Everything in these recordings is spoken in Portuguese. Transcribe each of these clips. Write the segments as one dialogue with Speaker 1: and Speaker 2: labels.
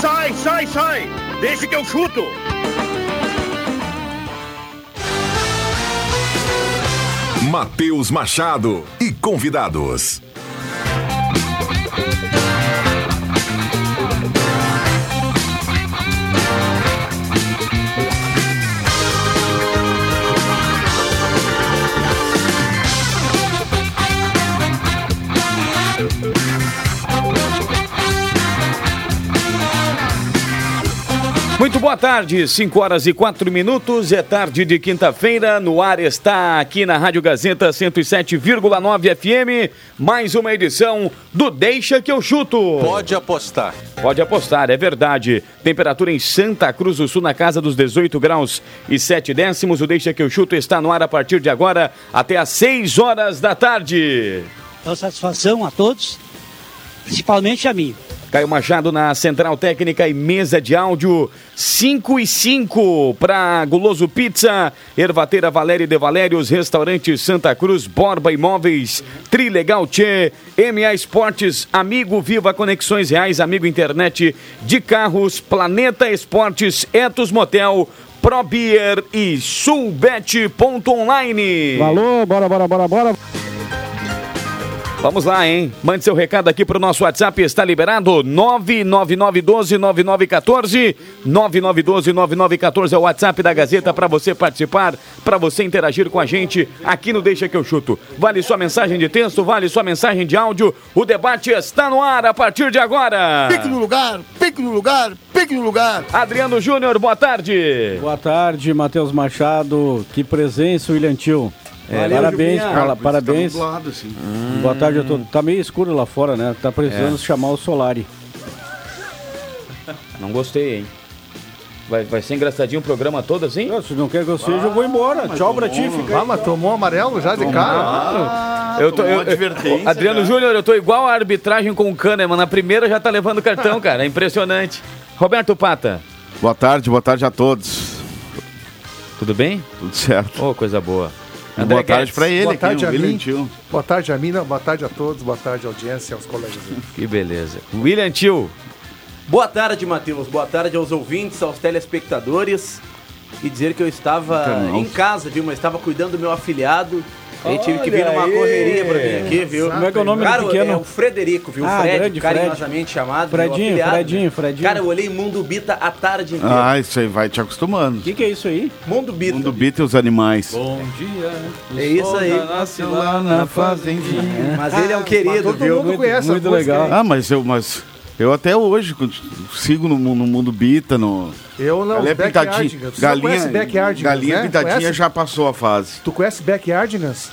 Speaker 1: Sai, sai, sai! Deixa que eu chuto!
Speaker 2: Matheus Machado e convidados.
Speaker 3: Muito boa tarde, 5 horas e 4 minutos, é tarde de quinta-feira, no ar está aqui na Rádio Gazeta 107,9 FM, mais uma edição do Deixa que eu chuto.
Speaker 4: Pode apostar.
Speaker 3: Pode apostar, é verdade. Temperatura em Santa Cruz do Sul na casa dos 18 graus e 7 décimos. O Deixa que eu chuto está no ar a partir de agora até às 6 horas da tarde.
Speaker 5: Então, satisfação a todos, principalmente a mim.
Speaker 3: Caio Machado na central técnica e mesa de áudio 5 e 5 para Guloso Pizza, Ervateira Valério de Valérios, Restaurante Santa Cruz, Borba Imóveis, Trilegal Tchê, MA Esportes, Amigo Viva Conexões Reais, Amigo Internet de Carros, Planeta Esportes, Etos Motel, ProBeer e Sulbet.online.
Speaker 6: Alô, bora, bora, bora, bora.
Speaker 3: Vamos lá, hein? Mande seu recado aqui pro nosso WhatsApp, está liberado 999129914. 99129914 é o WhatsApp da Gazeta para você participar, para você interagir com a gente aqui no Deixa que eu chuto. Vale sua mensagem de texto, vale sua mensagem de áudio. O debate está no ar a partir de agora.
Speaker 7: Pique no lugar, pique no lugar, pique no lugar.
Speaker 3: Adriano Júnior, boa tarde.
Speaker 6: Boa tarde, Matheus Machado. Que presença, William Tio. É, parabéns, Carla, parabéns. Boa tarde a todos. Tá meio escuro lá fora, né? Tá precisando chamar o Solari.
Speaker 3: Não gostei, hein? Vai, vai ser engraçadinho o programa todo assim?
Speaker 6: Não, se não quer que eu seja, eu vou embora. Tchau pra ti, fica aí.
Speaker 4: mas tomou amarelo já de cara?
Speaker 3: Eu tô,
Speaker 4: tomou
Speaker 3: eu,
Speaker 4: advertência,
Speaker 3: eu- Adriano Júnior, eu tô igual a arbitragem com o Kahneman. Na primeira já tá levando cartão, cara. É impressionante. Roberto Pata,
Speaker 8: Boa tarde, boa tarde a todos.
Speaker 3: tudo bem?
Speaker 8: Tudo certo.
Speaker 3: Ô, coisa boa.
Speaker 8: E boa tarde pra ele,
Speaker 4: Boa tarde,
Speaker 8: aqui, o
Speaker 4: Amin.
Speaker 8: William Tio.
Speaker 4: Boa tarde a mim, não, boa tarde a todos, boa tarde audiência, aos colegas.
Speaker 3: Que beleza. William Tio,
Speaker 9: Boa tarde, Matheus. Boa tarde aos ouvintes, aos telespectadores. E dizer que eu estava
Speaker 3: Então,
Speaker 9: em casa, viu? Mas estava cuidando do meu afiliado. E tive que vir numa
Speaker 6: aí.
Speaker 9: correria pra vir aqui, viu?
Speaker 6: Como é que é o nome do
Speaker 9: Cara,
Speaker 6: pequeno?
Speaker 9: é o Frederico, viu?
Speaker 6: Ah,
Speaker 9: Fred,
Speaker 6: grande Fred.
Speaker 9: carinhosamente chamado. meu
Speaker 6: Fredinho,
Speaker 9: afiliado,
Speaker 6: Fredinho,
Speaker 9: né?
Speaker 6: Fredinho.
Speaker 9: Cara, eu olhei Mundo Bita a tarde inteira.
Speaker 8: Ah, isso aí vai te acostumando.
Speaker 6: O que, que é isso aí?
Speaker 3: Ah.
Speaker 9: Mundo Bita.
Speaker 8: Mundo Bita e os animais.
Speaker 6: Bom dia.
Speaker 9: É isso aí.
Speaker 6: Nasce lá na fazendinha.
Speaker 9: Mas ele é
Speaker 3: Ah,
Speaker 9: um querido, viu?
Speaker 6: Muito, muito legal.
Speaker 8: Ah, mas eu, mas eu até hoje cont- sigo no, mu- no mundo Bita, no.
Speaker 4: Eu não,
Speaker 8: Ela é
Speaker 4: os
Speaker 8: pintadinha.
Speaker 4: backyardigans. Tu não
Speaker 8: Galinha,
Speaker 4: conhece backyardigans,
Speaker 8: galinha
Speaker 4: né?
Speaker 8: pintadinha
Speaker 4: Conhece?
Speaker 8: já passou a fase.
Speaker 4: Tu conhece Backyardigans?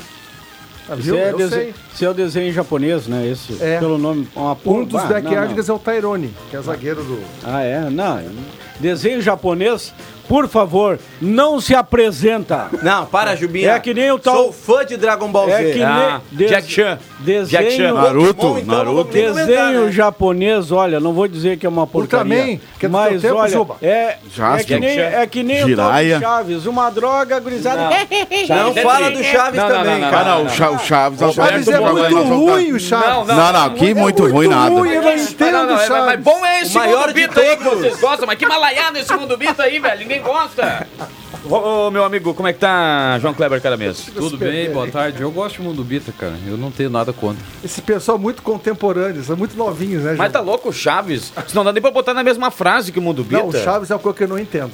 Speaker 4: Ah,
Speaker 6: Isso
Speaker 4: viu?
Speaker 6: é,
Speaker 4: Eu
Speaker 6: dese...
Speaker 4: sei.
Speaker 6: isso é o desenho japonês, né? Esse,
Speaker 4: É.
Speaker 6: pelo nome. Uma porra-
Speaker 4: Um dos
Speaker 6: Ah, não,
Speaker 4: Backyardigans é o Tyrone, que é zagueiro do...
Speaker 6: não. Ah, é? Não. Desenho japonês, por favor, não se apresenta.
Speaker 9: Não, para, Jubinha.
Speaker 6: É que nem o tal-
Speaker 9: Sou fã de Dragon Ball Z.
Speaker 6: É que
Speaker 3: Ah,
Speaker 6: nem des-
Speaker 3: Jack Chan.
Speaker 6: Desenho,
Speaker 3: Jack Chan.
Speaker 8: Naruto,
Speaker 9: Pokémon, então, não
Speaker 8: Naruto.
Speaker 9: vamos nem comentar,
Speaker 6: desenho
Speaker 9: né?
Speaker 6: japonês, olha, não vou dizer que é uma porcaria.
Speaker 4: Ultraman, que é do
Speaker 6: mas
Speaker 4: teu tempo,
Speaker 6: olha,
Speaker 4: Juba.
Speaker 6: é, é
Speaker 8: Jasper.
Speaker 6: que nem, é que nem o tal
Speaker 8: Jiraiya.
Speaker 6: do Chaves, uma droga gurizada.
Speaker 9: Não fala do Chaves
Speaker 3: Ah. Não, não,
Speaker 9: também,
Speaker 3: não, não,
Speaker 9: cara.
Speaker 8: Ah, não, o, Cha- o Chaves. O
Speaker 4: Chaves é muito ruim, o Chaves.
Speaker 3: Não,
Speaker 8: Não, não, aqui muito, ruim nada.
Speaker 4: ruim, eu não entendo,
Speaker 3: Não, não, é, mas,
Speaker 4: Chaves.
Speaker 3: bom é esse
Speaker 9: O maior
Speaker 3: mundo
Speaker 9: de
Speaker 3: Bita aí que
Speaker 9: todos.
Speaker 3: vocês gostam, mas que malaiada esse mundo Bita aí, velho. Ninguém gosta. Ô, ô, meu amigo, como é que tá João Kleber Caramês?
Speaker 10: Tudo bem, boa tarde. Eu gosto do mundo Bita, cara. Eu não tenho nada contra.
Speaker 4: Esse pessoal é muito contemporâneo, são muito novinhos, né,
Speaker 3: Mas
Speaker 4: Ju?
Speaker 3: tá louco o Chaves? Isso não dá nem pra botar na mesma frase que o mundo Bita.
Speaker 4: Não, o Chaves é uma coisa que eu não entendo.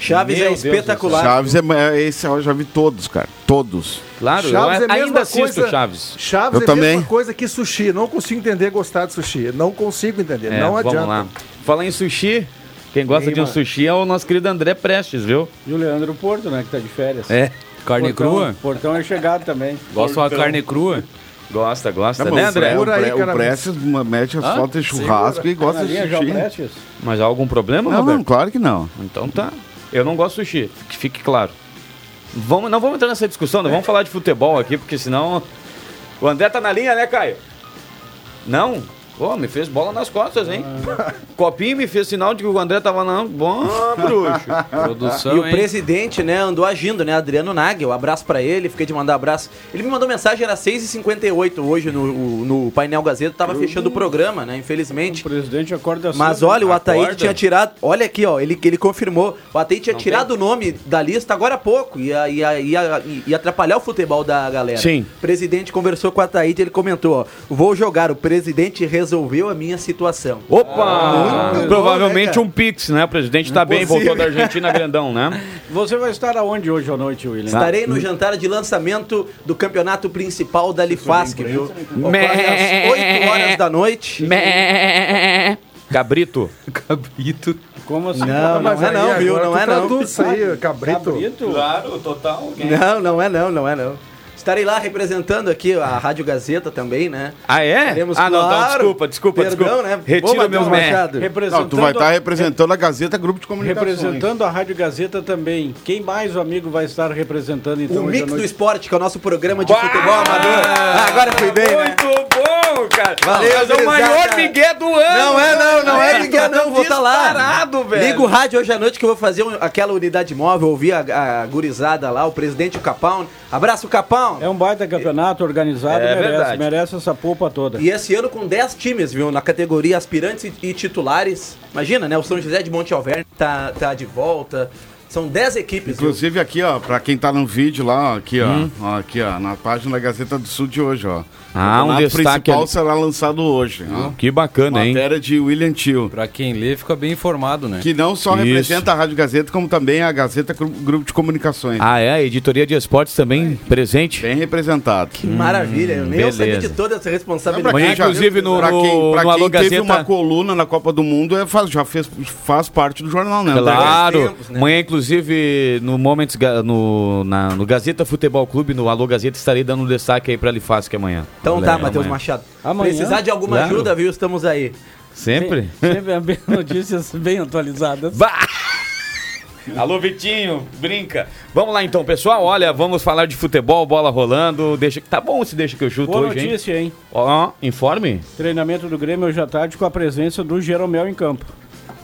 Speaker 9: Chaves é
Speaker 3: Meu Deus do céu.
Speaker 9: espetacular.
Speaker 8: Chaves é, é esse, eu já vi todos, cara. Todos.
Speaker 3: Claro,
Speaker 4: Chaves é
Speaker 3: eu
Speaker 4: a
Speaker 3: ainda
Speaker 4: mesma
Speaker 3: assisto
Speaker 4: coisa,
Speaker 3: Chaves.
Speaker 4: Chaves
Speaker 8: Eu
Speaker 4: é a
Speaker 8: também.
Speaker 4: mesma coisa que sushi. Não consigo entender gostar de sushi. Não consigo entender.
Speaker 3: É,
Speaker 4: não
Speaker 3: vamos
Speaker 4: adianta.
Speaker 3: lá. Falar em sushi, quem gosta
Speaker 4: Ei,
Speaker 3: de um
Speaker 4: mano.
Speaker 3: sushi é o nosso querido André Prestes, viu?
Speaker 6: E o Leandro Porto, né, que tá de férias.
Speaker 3: É.
Speaker 10: Carne
Speaker 6: Portão-
Speaker 10: crua?
Speaker 6: Portão é chegado também.
Speaker 10: Gosto de uma carne crua?
Speaker 3: Gosta, gosta,
Speaker 8: Não,
Speaker 3: né,
Speaker 8: mas o
Speaker 3: André?
Speaker 8: Pre-
Speaker 4: Por Tá aí,
Speaker 8: o, Pre-
Speaker 4: cara.
Speaker 8: o Prestes ma- mete as
Speaker 10: Hã?
Speaker 8: fotos de churrasco e gosta
Speaker 4: é
Speaker 8: de sushi.
Speaker 3: Mas há algum problema,
Speaker 8: Não,
Speaker 3: Roberto?
Speaker 8: não, claro que não.
Speaker 3: Então tá. Eu não gosto de sushi, que fique claro. Vamos, não vamos entrar nessa discussão, não vamos falar de futebol aqui, porque senão. O André tá na linha, né, Caio? Não? Pô, me fez bola nas costas, hein?
Speaker 9: Ah.
Speaker 3: Copinho me fez sinal de que o André tava na. Bom, bruxo.
Speaker 10: Produção,
Speaker 9: E o
Speaker 10: hein?
Speaker 9: presidente, né, andou agindo, né? Adriano Nagel, abraço pra ele, fiquei de mandar um abraço. Ele me mandou mensagem, era 6h58 hoje no, o- no painel Gazeta, tava fechando o programa, né? Infelizmente.
Speaker 6: O presidente acorda
Speaker 9: Mas
Speaker 6: cedo.
Speaker 9: olha, o Ataíde
Speaker 10: Acorda.
Speaker 9: tinha tirado. Olha aqui, ó, ele, ele confirmou. O Ataíde tinha tirado o nome da lista agora há pouco. Ia, ia, ia, ia atrapalhar o futebol da galera.
Speaker 3: Sim.
Speaker 9: O presidente conversou com o Ataíde, ele comentou: ó, vou jogar, o presidente resolveu a minha situação.
Speaker 3: Opa!
Speaker 9: muito bom, né,
Speaker 3: Provavelmente
Speaker 9: cara?
Speaker 3: um Pix, né? O presidente tá bem, voltou da Argentina grandão, né?
Speaker 6: Você vai estar aonde hoje à noite, William?
Speaker 9: Estarei no jantar de lançamento do campeonato principal da Lifasc, viu? Ocorre às 8 horas da noite.
Speaker 3: Cabrito.
Speaker 10: Cabrito.
Speaker 6: Como assim?
Speaker 9: Não, não é não, viu? Não é não.
Speaker 4: Isso aí, cabrito.
Speaker 6: Cabrito?
Speaker 3: Claro, total.
Speaker 9: Não, não é não, não é não. Estarei lá representando aqui a Rádio Gazeta também, né?
Speaker 3: Ah, é?
Speaker 9: Teremos,
Speaker 3: ah, não, não,
Speaker 9: claro.
Speaker 3: desculpa, desculpa,
Speaker 9: Perdão,
Speaker 3: desculpa.
Speaker 9: né? Ô,
Speaker 3: Retiro
Speaker 9: Matheus
Speaker 3: meus mé.
Speaker 9: Machado.
Speaker 6: é, Representando,
Speaker 8: Não, tu vai estar representando a Gazeta Grupo de Comunicações.
Speaker 6: representando a Rádio Gazeta também. Quem mais o amigo vai estar representando então
Speaker 9: o
Speaker 6: hoje à
Speaker 9: Mix do
Speaker 6: noite?
Speaker 9: Esporte, que é o nosso programa de futebol amador. Ah, agora eu cuidei, né?
Speaker 3: Muito bom, cara.
Speaker 9: Valeu,
Speaker 3: Mas é o
Speaker 9: gurizada.
Speaker 3: maior Miguel do ano.
Speaker 9: Não é não, não é
Speaker 3: cara.
Speaker 9: Miguel não, vou estar lá.
Speaker 3: Disparado, velho.
Speaker 9: Liga o rádio hoje à noite que eu vou fazer um- aquela unidade móvel, ouvir a, a gurizada lá, o presidente, o Capão. Abraço, Capão.
Speaker 6: É um baita campeonato organizado,
Speaker 3: É
Speaker 6: merece,
Speaker 3: verdade.
Speaker 6: merece essa polpa toda.
Speaker 9: E esse ano com 10 times, viu? Na categoria aspirantes e, e titulares. Imagina, né? O São José de Monte Alverne tá, tá de volta. São 10 equipes, viu?
Speaker 8: Inclusive aqui, ó, pra quem tá no vídeo lá, ó, aqui, ó,
Speaker 3: Hum.
Speaker 8: ó, aqui, ó, na página da Gazeta do Sul de hoje, ó.
Speaker 3: Ah, um
Speaker 8: o campeonato
Speaker 3: destaque
Speaker 8: principal
Speaker 3: ali. Hum,
Speaker 8: será lançado hoje, ó.
Speaker 3: Que bacana, hein?
Speaker 8: Matéria de William Tio.
Speaker 10: Pra quem lê, fica bem informado, né?
Speaker 8: Que não só
Speaker 3: Isso.
Speaker 8: representa a Rádio Gazeta, como também a Gazeta Gru- Grupo de Comunicações.
Speaker 3: Ah, é? A editoria de esportes também presente.
Speaker 8: Bem representado.
Speaker 9: Que maravilha, eu nem eu sabia
Speaker 3: hum, beleza.
Speaker 9: de toda essa responsabilidade.
Speaker 3: Amanhã,
Speaker 8: já-
Speaker 3: inclusive, no-
Speaker 8: pra
Speaker 3: no-
Speaker 8: quem, pra
Speaker 3: no Alô
Speaker 8: quem teve
Speaker 3: Gazeta-
Speaker 8: uma coluna na Copa do Mundo, é, faz- já fez, faz parte do jornal, né?
Speaker 3: Claro.
Speaker 9: Tem tempos, né?
Speaker 3: Amanhã, inclusive, no Moments, Ga- no, na- no Gazeta Futebol Clube, no Alô Gazeta, estarei dando um destaque aí pra Lifasque amanhã.
Speaker 9: Então tá,
Speaker 3: Galera,
Speaker 9: Matheus
Speaker 3: amanhã.
Speaker 9: Machado.
Speaker 6: Amanhã?
Speaker 9: Precisar de alguma
Speaker 3: Claro.
Speaker 9: ajuda, viu? Estamos aí.
Speaker 3: Sempre?
Speaker 6: Sempre bem- notícias bem atualizadas.
Speaker 3: Vá! Alô, Vitinho, brinca. Vamos lá então, pessoal. Olha, vamos falar de futebol, bola rolando. Deixa que tá bom se deixa que eu chuto
Speaker 6: Boa
Speaker 3: hoje, hein?
Speaker 6: notícia, hein?
Speaker 3: Ó, informe.
Speaker 6: Treinamento do Grêmio hoje à tarde com a presença do Jeromel em campo.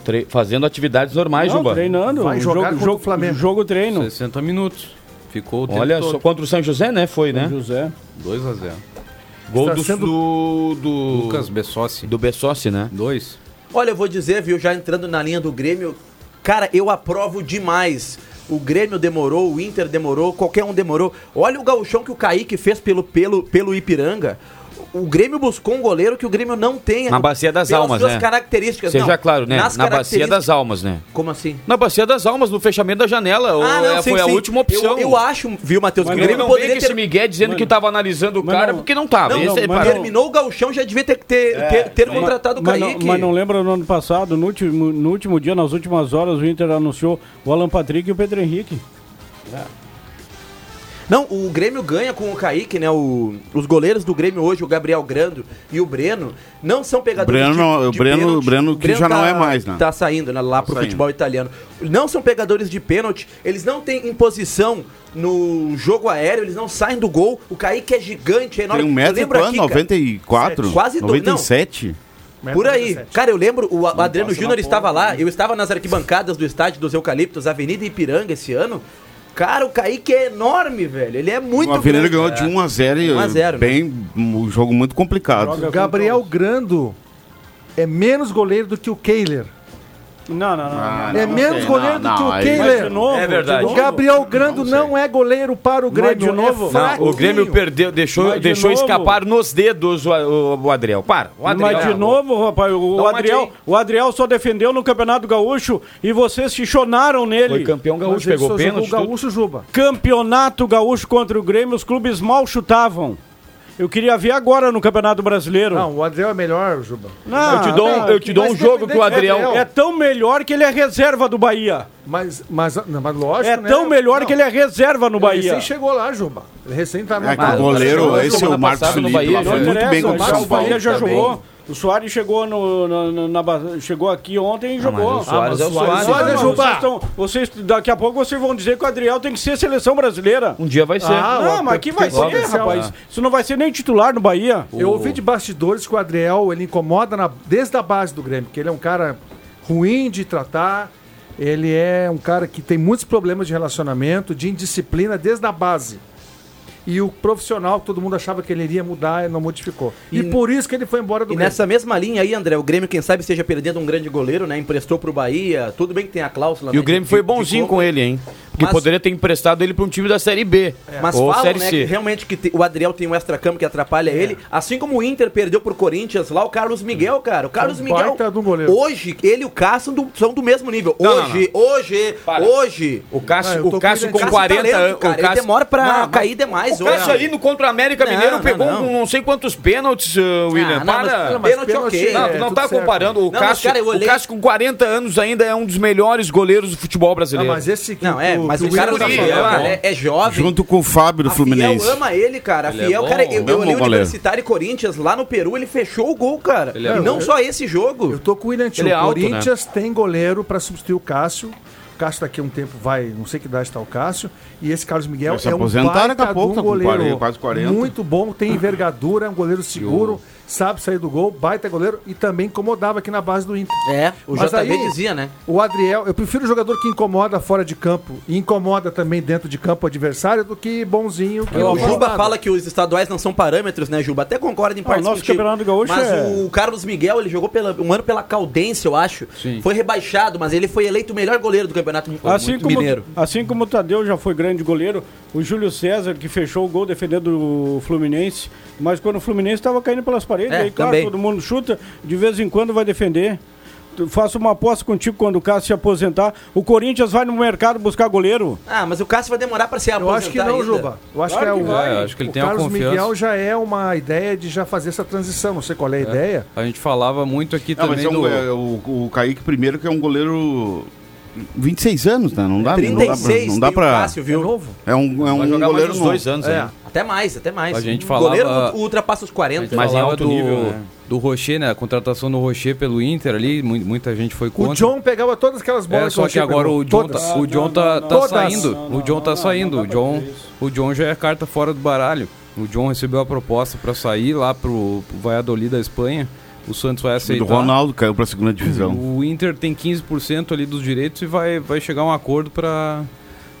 Speaker 3: Tre- fazendo atividades normais,
Speaker 6: Não,
Speaker 3: Juba.
Speaker 6: treinando.
Speaker 4: Vai jogar contra o Flamengo.
Speaker 6: Jogo treino.
Speaker 10: 60 minutos. Ficou o tempo
Speaker 3: Olha,
Speaker 10: todo.
Speaker 3: só contra o São José, né? Foi, né?
Speaker 6: José.
Speaker 10: 2x0.
Speaker 3: Gol
Speaker 4: Está
Speaker 3: do,
Speaker 4: sendo-
Speaker 3: do, do-
Speaker 10: Lucas Bessossi.
Speaker 3: do Bessossi, né?
Speaker 10: 2.
Speaker 9: Olha, eu vou dizer, viu, já entrando na linha do Grêmio, cara, eu aprovo demais. O Grêmio demorou, o Inter demorou, qualquer um demorou. Olha o gauchão que o Kaique fez pelo, pelo, pelo Ipiranga. O Grêmio buscou um goleiro que o Grêmio não tem.
Speaker 3: Na Bacia das
Speaker 9: pelas
Speaker 3: Almas,
Speaker 9: suas
Speaker 3: né?
Speaker 9: características.
Speaker 3: Seja
Speaker 9: não,
Speaker 3: claro, né?
Speaker 9: nas
Speaker 3: Na Bacia das
Speaker 9: características-
Speaker 3: Almas, né?
Speaker 9: Como assim? Ah,
Speaker 3: Na Bacia das Almas, no fechamento da janela. ou é-
Speaker 9: sim,
Speaker 3: foi a
Speaker 9: sim.
Speaker 3: última opção.
Speaker 9: Eu, eu acho, viu, Matheus, que o
Speaker 6: Mas
Speaker 3: Ele
Speaker 9: Grêmio
Speaker 3: não veio
Speaker 9: poderia
Speaker 3: que esse
Speaker 9: ter...
Speaker 3: Miguel dizendo que tava analisando o
Speaker 6: Mas
Speaker 3: cara
Speaker 6: não-
Speaker 3: porque não tava.
Speaker 9: Não,
Speaker 3: Esse é aí
Speaker 6: mas
Speaker 3: parou.
Speaker 9: Terminou o gauchão, já devia ter, ter, ter, ter contratado o
Speaker 6: Mas não,
Speaker 9: Kaique.
Speaker 6: mas não lembra no ano passado, no último, no último dia, nas últimas horas, o Inter anunciou o Alan Patrick e o Pedro Henrique.
Speaker 9: Não, o Grêmio ganha com o Kaique, né? O- os goleiros do Grêmio hoje, o Gabriel Grando e o Breno, não são pegadores
Speaker 8: Breno não- o Breno- o Breno que já não é mais, né?
Speaker 9: Tá saindo né, lá pro
Speaker 8: saindo.
Speaker 9: futebol italiano. Não são pegadores de pênalti, eles não têm imposição no jogo aéreo, eles não saem do gol. O Kaique é gigante, é enorme.
Speaker 8: Tem um
Speaker 9: Eu
Speaker 8: metro e
Speaker 9: lembro
Speaker 8: quanto?
Speaker 9: aqui, cara,
Speaker 8: 94?
Speaker 9: Quase do- não.
Speaker 8: 97?
Speaker 9: Por aí. Cara, eu lembro, o A- Adriano Júnior estava lá, eu estava nas arquibancadas do estádio dos Eucaliptos, Avenida Ipiranga, esse ano. Cara, o Kaique é enorme, velho. Ele é muito
Speaker 8: o Avenida
Speaker 9: grande.
Speaker 8: ganhou de 1 É. a 0 e
Speaker 9: 1 a 0, né?
Speaker 8: bem um jogo muito complicado.
Speaker 6: Joga-
Speaker 4: Gabriel Grando é menos goleiro do que o Kehler.
Speaker 6: Não, não, não.
Speaker 8: Ah,
Speaker 4: é
Speaker 8: não
Speaker 4: menos
Speaker 8: sei,
Speaker 4: goleiro
Speaker 8: não,
Speaker 4: do que
Speaker 8: não,
Speaker 4: o
Speaker 8: aí-
Speaker 6: Mas
Speaker 4: Kehler.
Speaker 6: de novo,
Speaker 3: É verdade.
Speaker 6: de
Speaker 4: O
Speaker 6: novo.
Speaker 4: Gabriel Grando não, é goleiro para o Grêmio.
Speaker 6: de novo.
Speaker 4: é
Speaker 6: Não,
Speaker 3: Não, o
Speaker 4: fraquinho.
Speaker 3: Grêmio perdeu, deixou,
Speaker 6: Mas de
Speaker 3: deixou
Speaker 6: novo-
Speaker 3: escapar nos dedos o, o, o Adriel. Para, o Adriel.
Speaker 6: Mas de novo, rapaz, o,
Speaker 3: Não,
Speaker 6: Adriel,
Speaker 3: mas aí-
Speaker 6: o Adriel só defendeu no Campeonato Gaúcho e vocês se chonaram
Speaker 3: Foi
Speaker 6: nele.
Speaker 3: campeão
Speaker 4: Mas
Speaker 3: gaúcho,
Speaker 4: ele
Speaker 3: pegou
Speaker 4: só jogou
Speaker 3: pênalti.
Speaker 4: o
Speaker 3: tudo.
Speaker 4: Gaúcho Juba.
Speaker 6: Campeonato Gaúcho contra o Grêmio, os clubes mal chutavam. Eu queria ver agora no Campeonato Brasileiro.
Speaker 4: Não, o Adriel é melhor, Juba.
Speaker 6: Não,
Speaker 3: eu te dou, um-
Speaker 6: não,
Speaker 3: eu te dou
Speaker 4: mas
Speaker 3: um jogo que o Adriel.
Speaker 4: independente,
Speaker 6: É tão melhor que ele é reserva do Bahia.
Speaker 4: Mas, mas, não, mas lógico, né?
Speaker 6: É tão melhor que ele é reserva no
Speaker 4: Bahia. Ele
Speaker 6: Bahia.
Speaker 4: recém chegou lá, Juba. Ele recém tá no
Speaker 8: É que
Speaker 4: Ah,
Speaker 8: o goleiro,
Speaker 3: jogou
Speaker 8: esse é
Speaker 3: semana
Speaker 8: o Marcos
Speaker 3: passada no
Speaker 8: Felipe,
Speaker 3: Bahia,
Speaker 8: lá,
Speaker 3: não
Speaker 8: foi muito
Speaker 6: interessa,
Speaker 8: bem contra o
Speaker 6: mas
Speaker 8: São Paulo.
Speaker 6: O Bahia já
Speaker 9: Tá
Speaker 6: jogou. O Soares chegou, no, na- na- na ba- chegou aqui ontem e jogou. Ah,
Speaker 9: mas o Soares é o Soares.
Speaker 6: Olha,
Speaker 4: Soares, né,
Speaker 6: Juba,
Speaker 4: Juba.
Speaker 6: vocês tão- vocês- daqui a pouco vocês vão dizer que o Adriel tem que ser seleção brasileira.
Speaker 3: Um dia vai ser.
Speaker 4: Ah,
Speaker 6: não,
Speaker 4: ó,
Speaker 6: mas aqui
Speaker 4: tem
Speaker 6: vai ser,
Speaker 4: potencial.
Speaker 6: rapaz. Isso não vai ser nem titular no Bahia.
Speaker 4: Eu ouvi de bastidores que o Adriel ele incomoda na- desde a base do Grêmio, que ele é um cara ruim de tratar, ele é um cara que tem muitos problemas de relacionamento, de indisciplina desde a base. E o profissional, todo mundo achava que ele iria mudar, ele não modificou. E,
Speaker 9: E-
Speaker 4: por isso que ele foi embora do
Speaker 9: E
Speaker 4: Grêmio.
Speaker 9: nessa mesma linha aí, André, o Grêmio, quem sabe, esteja perdendo um grande goleiro, né? Emprestou pro Bahia. Tudo bem que tem a cláusula.
Speaker 3: E
Speaker 9: né,
Speaker 3: o Grêmio
Speaker 9: de-
Speaker 3: foi
Speaker 9: de- de
Speaker 3: bonzinho
Speaker 9: compra.
Speaker 3: com ele, hein? Porque
Speaker 9: Mas-
Speaker 3: poderia ter emprestado ele para um time da Série B.
Speaker 9: Mas
Speaker 3: ou
Speaker 9: falam,
Speaker 3: Série
Speaker 9: né,
Speaker 3: C. É.
Speaker 9: que realmente que te- o Adriel tem um extra-campo que atrapalha ele. Assim como o Inter perdeu pro Corinthians lá, o Carlos
Speaker 3: Hum.
Speaker 9: Miguel, cara. O Carlos
Speaker 4: É um
Speaker 9: Miguel,
Speaker 4: baita de um goleiro.
Speaker 9: hoje, ele e o Cássio do- são do mesmo nível.
Speaker 3: Não,
Speaker 9: hoje, hoje,
Speaker 3: Para.
Speaker 9: hoje.
Speaker 3: O Cássio,
Speaker 4: Ah, eu tô
Speaker 3: o Cássio com
Speaker 9: Cássio
Speaker 3: 40
Speaker 9: talento,
Speaker 3: anos.
Speaker 9: tá cara,
Speaker 3: o Cássio...
Speaker 9: ele demora pra
Speaker 3: Não, mas-
Speaker 9: cair demais
Speaker 3: O
Speaker 9: hoje.
Speaker 3: Cássio ali no contra o América
Speaker 9: Não,
Speaker 3: Mineiro
Speaker 9: não,
Speaker 3: pegou
Speaker 9: não. Ah,
Speaker 3: um- não sei quantos pênaltis, uh, William.
Speaker 9: não, mas-
Speaker 3: para.
Speaker 9: não,
Speaker 3: Não,
Speaker 9: mas pênalti,
Speaker 4: pênalti,
Speaker 9: ok.
Speaker 4: é,
Speaker 3: tu não
Speaker 4: tudo
Speaker 3: tá
Speaker 4: certo.
Speaker 3: comparando. O,
Speaker 9: Não, mas,
Speaker 3: Cássio,
Speaker 9: cara, eu olhei-
Speaker 3: o Cássio com 40 anos ainda é um dos melhores goleiros do futebol
Speaker 4: Ah,
Speaker 3: brasileiro.
Speaker 4: mas esse que
Speaker 9: Não, é,
Speaker 4: que
Speaker 9: mas
Speaker 4: que
Speaker 9: o cara
Speaker 3: Guri,
Speaker 9: tá
Speaker 4: Willian
Speaker 9: falando,
Speaker 3: é bom.
Speaker 9: cara, é, é jovem.
Speaker 8: Junto com o Fábio do
Speaker 9: a Fiel
Speaker 8: Fluminense.
Speaker 9: ama ele, cara. A
Speaker 10: Ele é
Speaker 9: Fiel,
Speaker 10: bom,
Speaker 9: cara, eu,
Speaker 8: ele é
Speaker 9: eu olhei
Speaker 8: bom
Speaker 9: o
Speaker 8: goleiro.
Speaker 9: Universitário e Corinthians lá no Peru, ele fechou o gol, cara.
Speaker 10: Ele é
Speaker 9: e não
Speaker 10: bom.
Speaker 9: só esse jogo.
Speaker 4: Eu tô com o William Tio.
Speaker 3: Ele é
Speaker 4: o
Speaker 3: alto,
Speaker 4: Corinthians tem goleiro pra substituir o Cássio. O Cássio daqui a um tempo vai, não sei que idade está o Cássio. E esse Carlos Miguel
Speaker 8: Vai se
Speaker 4: é um
Speaker 8: aposentar
Speaker 4: baita
Speaker 8: daqui a pouco,
Speaker 4: de
Speaker 8: tá
Speaker 4: um
Speaker 8: com
Speaker 4: goleiro
Speaker 8: 40, quase 40.
Speaker 4: muito bom, tem envergadura, é um goleiro seguro, sabe sair do gol, baita goleiro e também incomodava aqui na base do Inter.
Speaker 9: É, o
Speaker 4: Mas
Speaker 9: JB
Speaker 4: aí-
Speaker 9: dizia, né?
Speaker 4: O Adriel, eu prefiro jogador que incomoda fora de campo e incomoda também dentro de campo o adversário do que bonzinho. Que
Speaker 9: O
Speaker 4: não faz
Speaker 9: Juba
Speaker 4: nada.
Speaker 9: fala que os estaduais não são parâmetros, né, Juba? Até concordo em
Speaker 6: Ah,
Speaker 9: parte
Speaker 6: o nosso
Speaker 9: contigo.
Speaker 6: campeonato gaúcho
Speaker 9: Mas
Speaker 6: é-
Speaker 9: o Carlos Miguel, ele jogou pela, um ano pela Caldência, eu acho.
Speaker 10: Sim.
Speaker 9: Foi rebaixado, mas ele foi eleito o melhor goleiro do Campeonato Mi-
Speaker 6: Assim como,
Speaker 9: Mineiro.
Speaker 6: assim como o Tadeu já foi grande goleiro, o Júlio César, que fechou o gol defendendo o Fluminense, mas quando o Fluminense estava caindo pelas paredes,
Speaker 9: É,
Speaker 6: aí, claro,
Speaker 9: também.
Speaker 6: todo mundo chuta, de vez em quando vai defender. Tu- Faço uma aposta contigo quando o Cássio se aposentar. O Corinthians vai no mercado buscar goleiro.
Speaker 9: Ah, mas o Cássio vai demorar pra se
Speaker 4: Eu
Speaker 9: aposentar
Speaker 4: acho que não,
Speaker 9: ainda.
Speaker 4: Juba. Eu acho
Speaker 6: Claro
Speaker 4: que é
Speaker 6: que
Speaker 4: o,
Speaker 10: vai. É, acho que ele
Speaker 4: o
Speaker 10: tem a
Speaker 4: Carlos
Speaker 10: confiança.
Speaker 4: Miguel já é uma ideia de já fazer essa transição. Não sei qual é a ideia.
Speaker 10: A gente falava muito aqui
Speaker 8: Não, mas
Speaker 10: também
Speaker 8: é um-
Speaker 10: do...
Speaker 8: é o, o Kaique primeiro que é um goleiro 26 anos, né? Não dá, não dá pra...
Speaker 9: 36
Speaker 8: Não dá
Speaker 9: tem o
Speaker 8: pra
Speaker 9: Cássio, viu?
Speaker 8: é um, é
Speaker 3: Vai
Speaker 8: um
Speaker 3: jogar mais
Speaker 8: goleiro
Speaker 3: uns
Speaker 8: novo.
Speaker 3: dois anos aí.
Speaker 9: Até mais, até mais.
Speaker 10: A gente
Speaker 9: O
Speaker 10: falava-
Speaker 9: goleiro ultrapassa os 40.
Speaker 3: Mas em
Speaker 10: falava
Speaker 3: alto
Speaker 10: do,
Speaker 3: nível, né?
Speaker 10: do Rocher, né? A contratação do Rocher pelo Inter ali, mu- muita gente foi
Speaker 4: O
Speaker 10: contra.
Speaker 4: John pegava todas aquelas bolas
Speaker 10: É, só
Speaker 4: o
Speaker 10: que
Speaker 4: Chico
Speaker 10: agora
Speaker 4: pegou.
Speaker 10: o John
Speaker 4: Todas.
Speaker 10: tá, o John
Speaker 6: Ah, não,
Speaker 10: tá,
Speaker 6: não,
Speaker 10: tá
Speaker 4: não.
Speaker 10: saindo.
Speaker 6: Não, não,
Speaker 10: o John tá
Speaker 6: não, não,
Speaker 10: saindo.
Speaker 6: não
Speaker 10: o,
Speaker 6: dá pra
Speaker 10: John,
Speaker 6: dizer isso.
Speaker 10: o John já é carta fora do baralho. O John recebeu a proposta pra sair lá pro, pro Valladolid da Espanha. O Santos vai
Speaker 8: O
Speaker 10: aceitar.
Speaker 8: Ronaldo caiu pra segunda divisão.
Speaker 10: O Inter tem 15% ali dos direitos e vai, vai chegar a um acordo pra,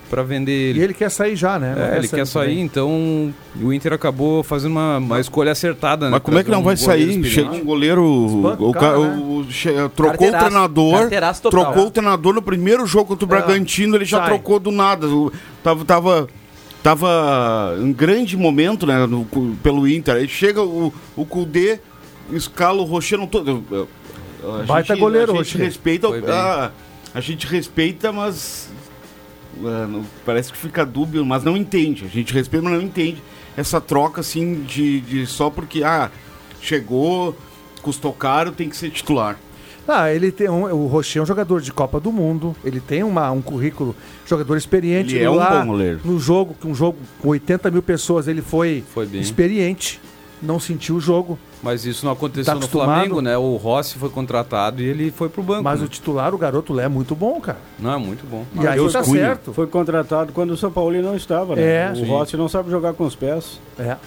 Speaker 10: pra vender ele.
Speaker 4: E ele quer sair já, né? Não
Speaker 10: É, ele quer sair,
Speaker 4: também.
Speaker 10: então o Inter acabou fazendo uma, uma escolha acertada, né?
Speaker 8: Mas como é que
Speaker 10: Trazer
Speaker 8: não
Speaker 10: um
Speaker 8: vai
Speaker 10: goleiro
Speaker 8: sair?
Speaker 10: experiente.
Speaker 8: Chega um goleiro.
Speaker 4: Espanca
Speaker 8: O,
Speaker 4: o cara,
Speaker 8: ca-
Speaker 4: né?
Speaker 8: o- che- trocou o
Speaker 9: Carteiraço.
Speaker 8: treinador.
Speaker 9: Carteiraço total.
Speaker 8: Trocou o treinador no primeiro jogo contra o Bragantino, ele já
Speaker 4: É. Sai.
Speaker 8: trocou do nada. O- Tava. tava Tava em grande momento, né, no- pelo Inter. Aí chega o, o Kudê, escala o Rocher, não tô... eu- eu- a
Speaker 4: Baita goleiro,
Speaker 8: A gente
Speaker 4: Rocher.
Speaker 8: respeita...
Speaker 10: Foi bem.
Speaker 8: A, a gente respeita, mas... é, não- parece que fica dúbio, mas não entende. A gente respeita, mas não entende essa troca, assim, de, de só porque, ah, chegou, custou caro, tem que ser titular.
Speaker 4: Ah, ele tem um, o Rocher é um jogador de Copa do Mundo. Ele tem uma, um currículo, jogador experiente.
Speaker 8: Ele é um
Speaker 4: lá
Speaker 8: bom goleiro.
Speaker 4: No jogo, que um jogo com 80 mil pessoas, ele foi,
Speaker 10: Foi bem.
Speaker 4: experiente, não sentiu o jogo.
Speaker 10: Mas isso não aconteceu
Speaker 4: Tá
Speaker 10: no
Speaker 4: acostumado?
Speaker 10: Flamengo, né? O Rossi foi contratado e ele foi pro banco.
Speaker 4: Mas
Speaker 10: né?
Speaker 4: o titular, o garoto Lé, é muito bom, cara.
Speaker 10: Não, é muito bom.
Speaker 6: Ah,
Speaker 4: E aí tá
Speaker 8: Cunha.
Speaker 4: certo.
Speaker 6: Foi contratado quando o São Paulo não estava, né?
Speaker 4: É.
Speaker 6: o
Speaker 4: Sim.
Speaker 6: Rossi não sabe jogar com os pés.
Speaker 4: É.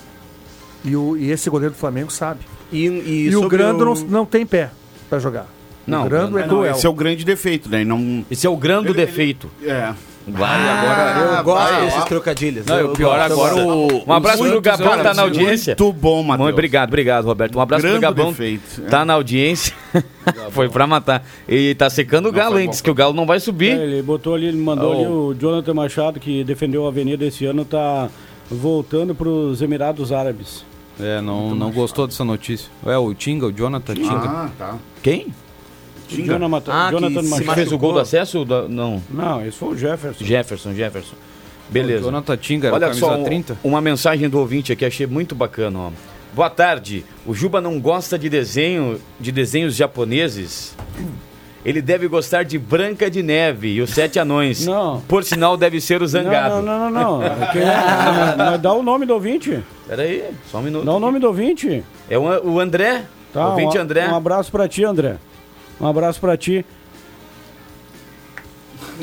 Speaker 4: E, o- e esse goleiro do Flamengo sabe.
Speaker 9: E,
Speaker 4: E, o
Speaker 9: sobre
Speaker 4: Grando não, não tem pé pra jogar.
Speaker 3: Não,
Speaker 4: o Grando é
Speaker 8: Não,
Speaker 4: cruel.
Speaker 8: esse é o grande defeito, né? E Não...
Speaker 3: Esse é o grande defeito.
Speaker 8: É.
Speaker 3: Vai
Speaker 9: Ah,
Speaker 8: ah,
Speaker 9: Eu gosto desses trocadilhos.
Speaker 3: Não, e o pior agora. o- Um abraço pro Gabão que tá na audiência.
Speaker 8: Muito bom, Matheus.
Speaker 3: Muito obrigado, obrigado, Roberto. Um abraço
Speaker 8: Grande
Speaker 3: pro Gabão.
Speaker 8: defeito. é.
Speaker 3: Tá na audiência. foi pra matar. E tá secando o Galo,
Speaker 8: foi
Speaker 3: hein?
Speaker 8: bom.
Speaker 3: Diz que o Galo não vai
Speaker 6: É,
Speaker 3: subir.
Speaker 6: ele botou ali, ele mandou
Speaker 3: Oh.
Speaker 6: ali o Jonathan Machado, que defendeu a Avenida esse ano, tá voltando para os Emirados Árabes.
Speaker 10: É, não, não gostou dessa notícia. É, o Tinga, o Jonathan Tinga.
Speaker 8: Ah, tá.
Speaker 3: Quem?
Speaker 8: Tinga.
Speaker 6: Jonathan Mata-
Speaker 9: Ah, que
Speaker 6: Jonathan
Speaker 9: se
Speaker 6: Machado.
Speaker 3: Fez o gol do acesso? Da- Não.
Speaker 6: Não, esse foi o Jefferson.
Speaker 3: Jefferson, Jefferson. Beleza.
Speaker 10: Jonathan Tinga, era
Speaker 3: Olha
Speaker 10: camisa
Speaker 3: só, um-
Speaker 10: 30.
Speaker 3: uma mensagem do ouvinte aqui, achei muito bacana. Ó. Boa tarde. O Juba não gosta de desenho, de desenhos japoneses. Ele deve gostar de Branca de Neve e os Sete Anões.
Speaker 6: Não.
Speaker 3: Por sinal, deve ser o Zangado.
Speaker 6: Não, não, não, não. não. É que- mas- mas dá o nome do ouvinte.
Speaker 3: Peraí, só um minuto.
Speaker 6: Dá o nome do ouvinte.
Speaker 3: É o, o André?
Speaker 6: Tá,
Speaker 3: ouvinte
Speaker 6: um,
Speaker 3: André.
Speaker 6: Um abraço pra ti, André. Um abraço pra ti.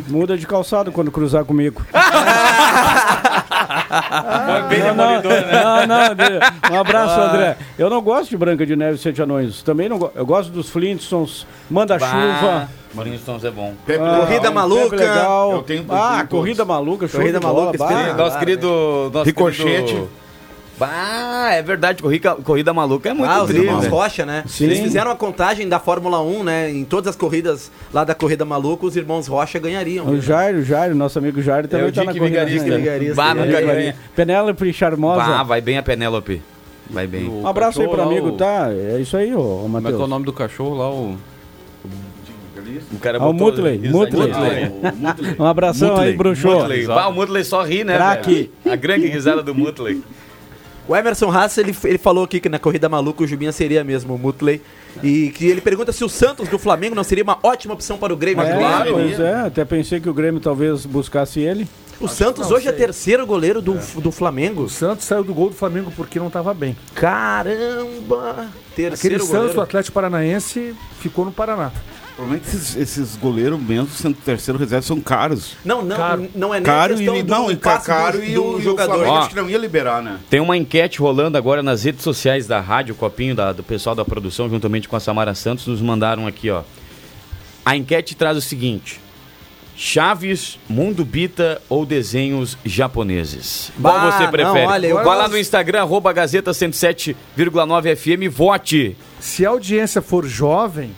Speaker 6: Muda de calçado quando cruzar comigo.
Speaker 3: bem
Speaker 6: Ah, não, não,
Speaker 3: demolidor, né? Ah.
Speaker 6: não, não, de- um abraço, André. Eu não gosto de Branca de Neve e Sete Anões. Também não go- Eu gosto dos Flintstones,
Speaker 3: Bah,
Speaker 6: Manda-Chuva.
Speaker 3: Maurinho Stones é bom.
Speaker 8: Pepe
Speaker 6: ah,
Speaker 8: Legal.
Speaker 9: Corrida
Speaker 6: um
Speaker 9: Maluca.
Speaker 6: Tempo Legal.
Speaker 8: Eu tenho- eu
Speaker 6: ah,
Speaker 8: tenho
Speaker 6: Corrida
Speaker 8: todos.
Speaker 6: Maluca, show
Speaker 9: Corrida
Speaker 6: de bola,
Speaker 9: Maluca,
Speaker 6: bah.
Speaker 9: experiência
Speaker 3: nosso
Speaker 9: claro,
Speaker 3: querido. Nosso
Speaker 8: Ricochete.
Speaker 3: querido- Bah, é verdade, corrida, corrida maluca é muito
Speaker 9: Ah, os
Speaker 3: brilho,
Speaker 9: irmãos
Speaker 3: né?
Speaker 9: Rocha, né?
Speaker 6: Sim.
Speaker 9: Eles fizeram a contagem da Fórmula 1, né? Em todas as corridas lá da Corrida Maluca, os irmãos Rocha ganhariam.
Speaker 6: O Jairo, o Jairo, nosso amigo Jairo,
Speaker 3: É
Speaker 6: também
Speaker 3: o
Speaker 6: tá na
Speaker 3: Dick
Speaker 6: corrida.
Speaker 3: Vigarista.
Speaker 6: né?
Speaker 9: Vigarista.
Speaker 3: Bah, nunca
Speaker 9: Vigarista.
Speaker 3: ganha.
Speaker 6: Penélope Charmosa.
Speaker 3: Bah, vai bem a Penélope. Vai bem.
Speaker 10: O
Speaker 6: Um abraço aí
Speaker 10: cachorro
Speaker 6: pro
Speaker 10: lá,
Speaker 6: amigo,
Speaker 10: o-
Speaker 6: tá? É isso aí, ô,
Speaker 10: Como é que é o
Speaker 6: Matheus.
Speaker 10: nome do cachorro lá? O...
Speaker 3: O cara
Speaker 6: Ah, o
Speaker 3: botou-
Speaker 6: Mutley,
Speaker 3: Isso aí,
Speaker 6: Mutley. Um abração aí, É,
Speaker 8: Mutley,
Speaker 6: bruxo.
Speaker 3: Mutley. Bah, o Mutley só ri, né?
Speaker 6: Craque.
Speaker 3: velho? A grande risada do Mutley.
Speaker 9: O Emerson Haas, ele, ele falou aqui que na Corrida Maluca o Jubinha seria mesmo o Mutley. E que ele pergunta se o Santos do Flamengo não seria uma ótima opção para o Grêmio.
Speaker 6: É,
Speaker 9: Tá Claro.
Speaker 6: pois é, até pensei que o Grêmio talvez buscasse ele.
Speaker 9: O Santos hoje é terceiro goleiro do, do Flamengo.
Speaker 4: O Santos saiu do gol do Flamengo porque não estava bem.
Speaker 9: Caramba!
Speaker 4: Aquele
Speaker 9: Terceiro
Speaker 4: Santos, o
Speaker 9: goleiro.
Speaker 4: Atlético Paranaense, ficou no Paraná.
Speaker 8: Provavelmente esses, esses goleiros mesmo, sendo terceiro reserva, são caros.
Speaker 9: Não, não,
Speaker 4: Caro.
Speaker 9: não é nem
Speaker 8: Caro e,
Speaker 9: questão do
Speaker 8: não, e ca-
Speaker 9: passe do-
Speaker 8: caro e
Speaker 9: do
Speaker 8: o, e o
Speaker 9: jogador.
Speaker 8: Flamengo
Speaker 3: Ó.
Speaker 8: acho que não ia liberar, né?
Speaker 3: Tem uma enquete rolando agora nas redes sociais da rádio, copinho da- do pessoal da produção, juntamente com a Samara Santos, nos mandaram aqui, ó. A enquete traz o seguinte: Chaves, Mundo Bita ou desenhos japoneses? Qual
Speaker 9: Bah,
Speaker 3: você
Speaker 9: não,
Speaker 3: prefere?
Speaker 9: olha, eu
Speaker 3: Vai lá
Speaker 9: gosto-
Speaker 3: no Instagram, arroba Gazeta 107,9 FM, e vote.
Speaker 4: Se a audiência for jovem,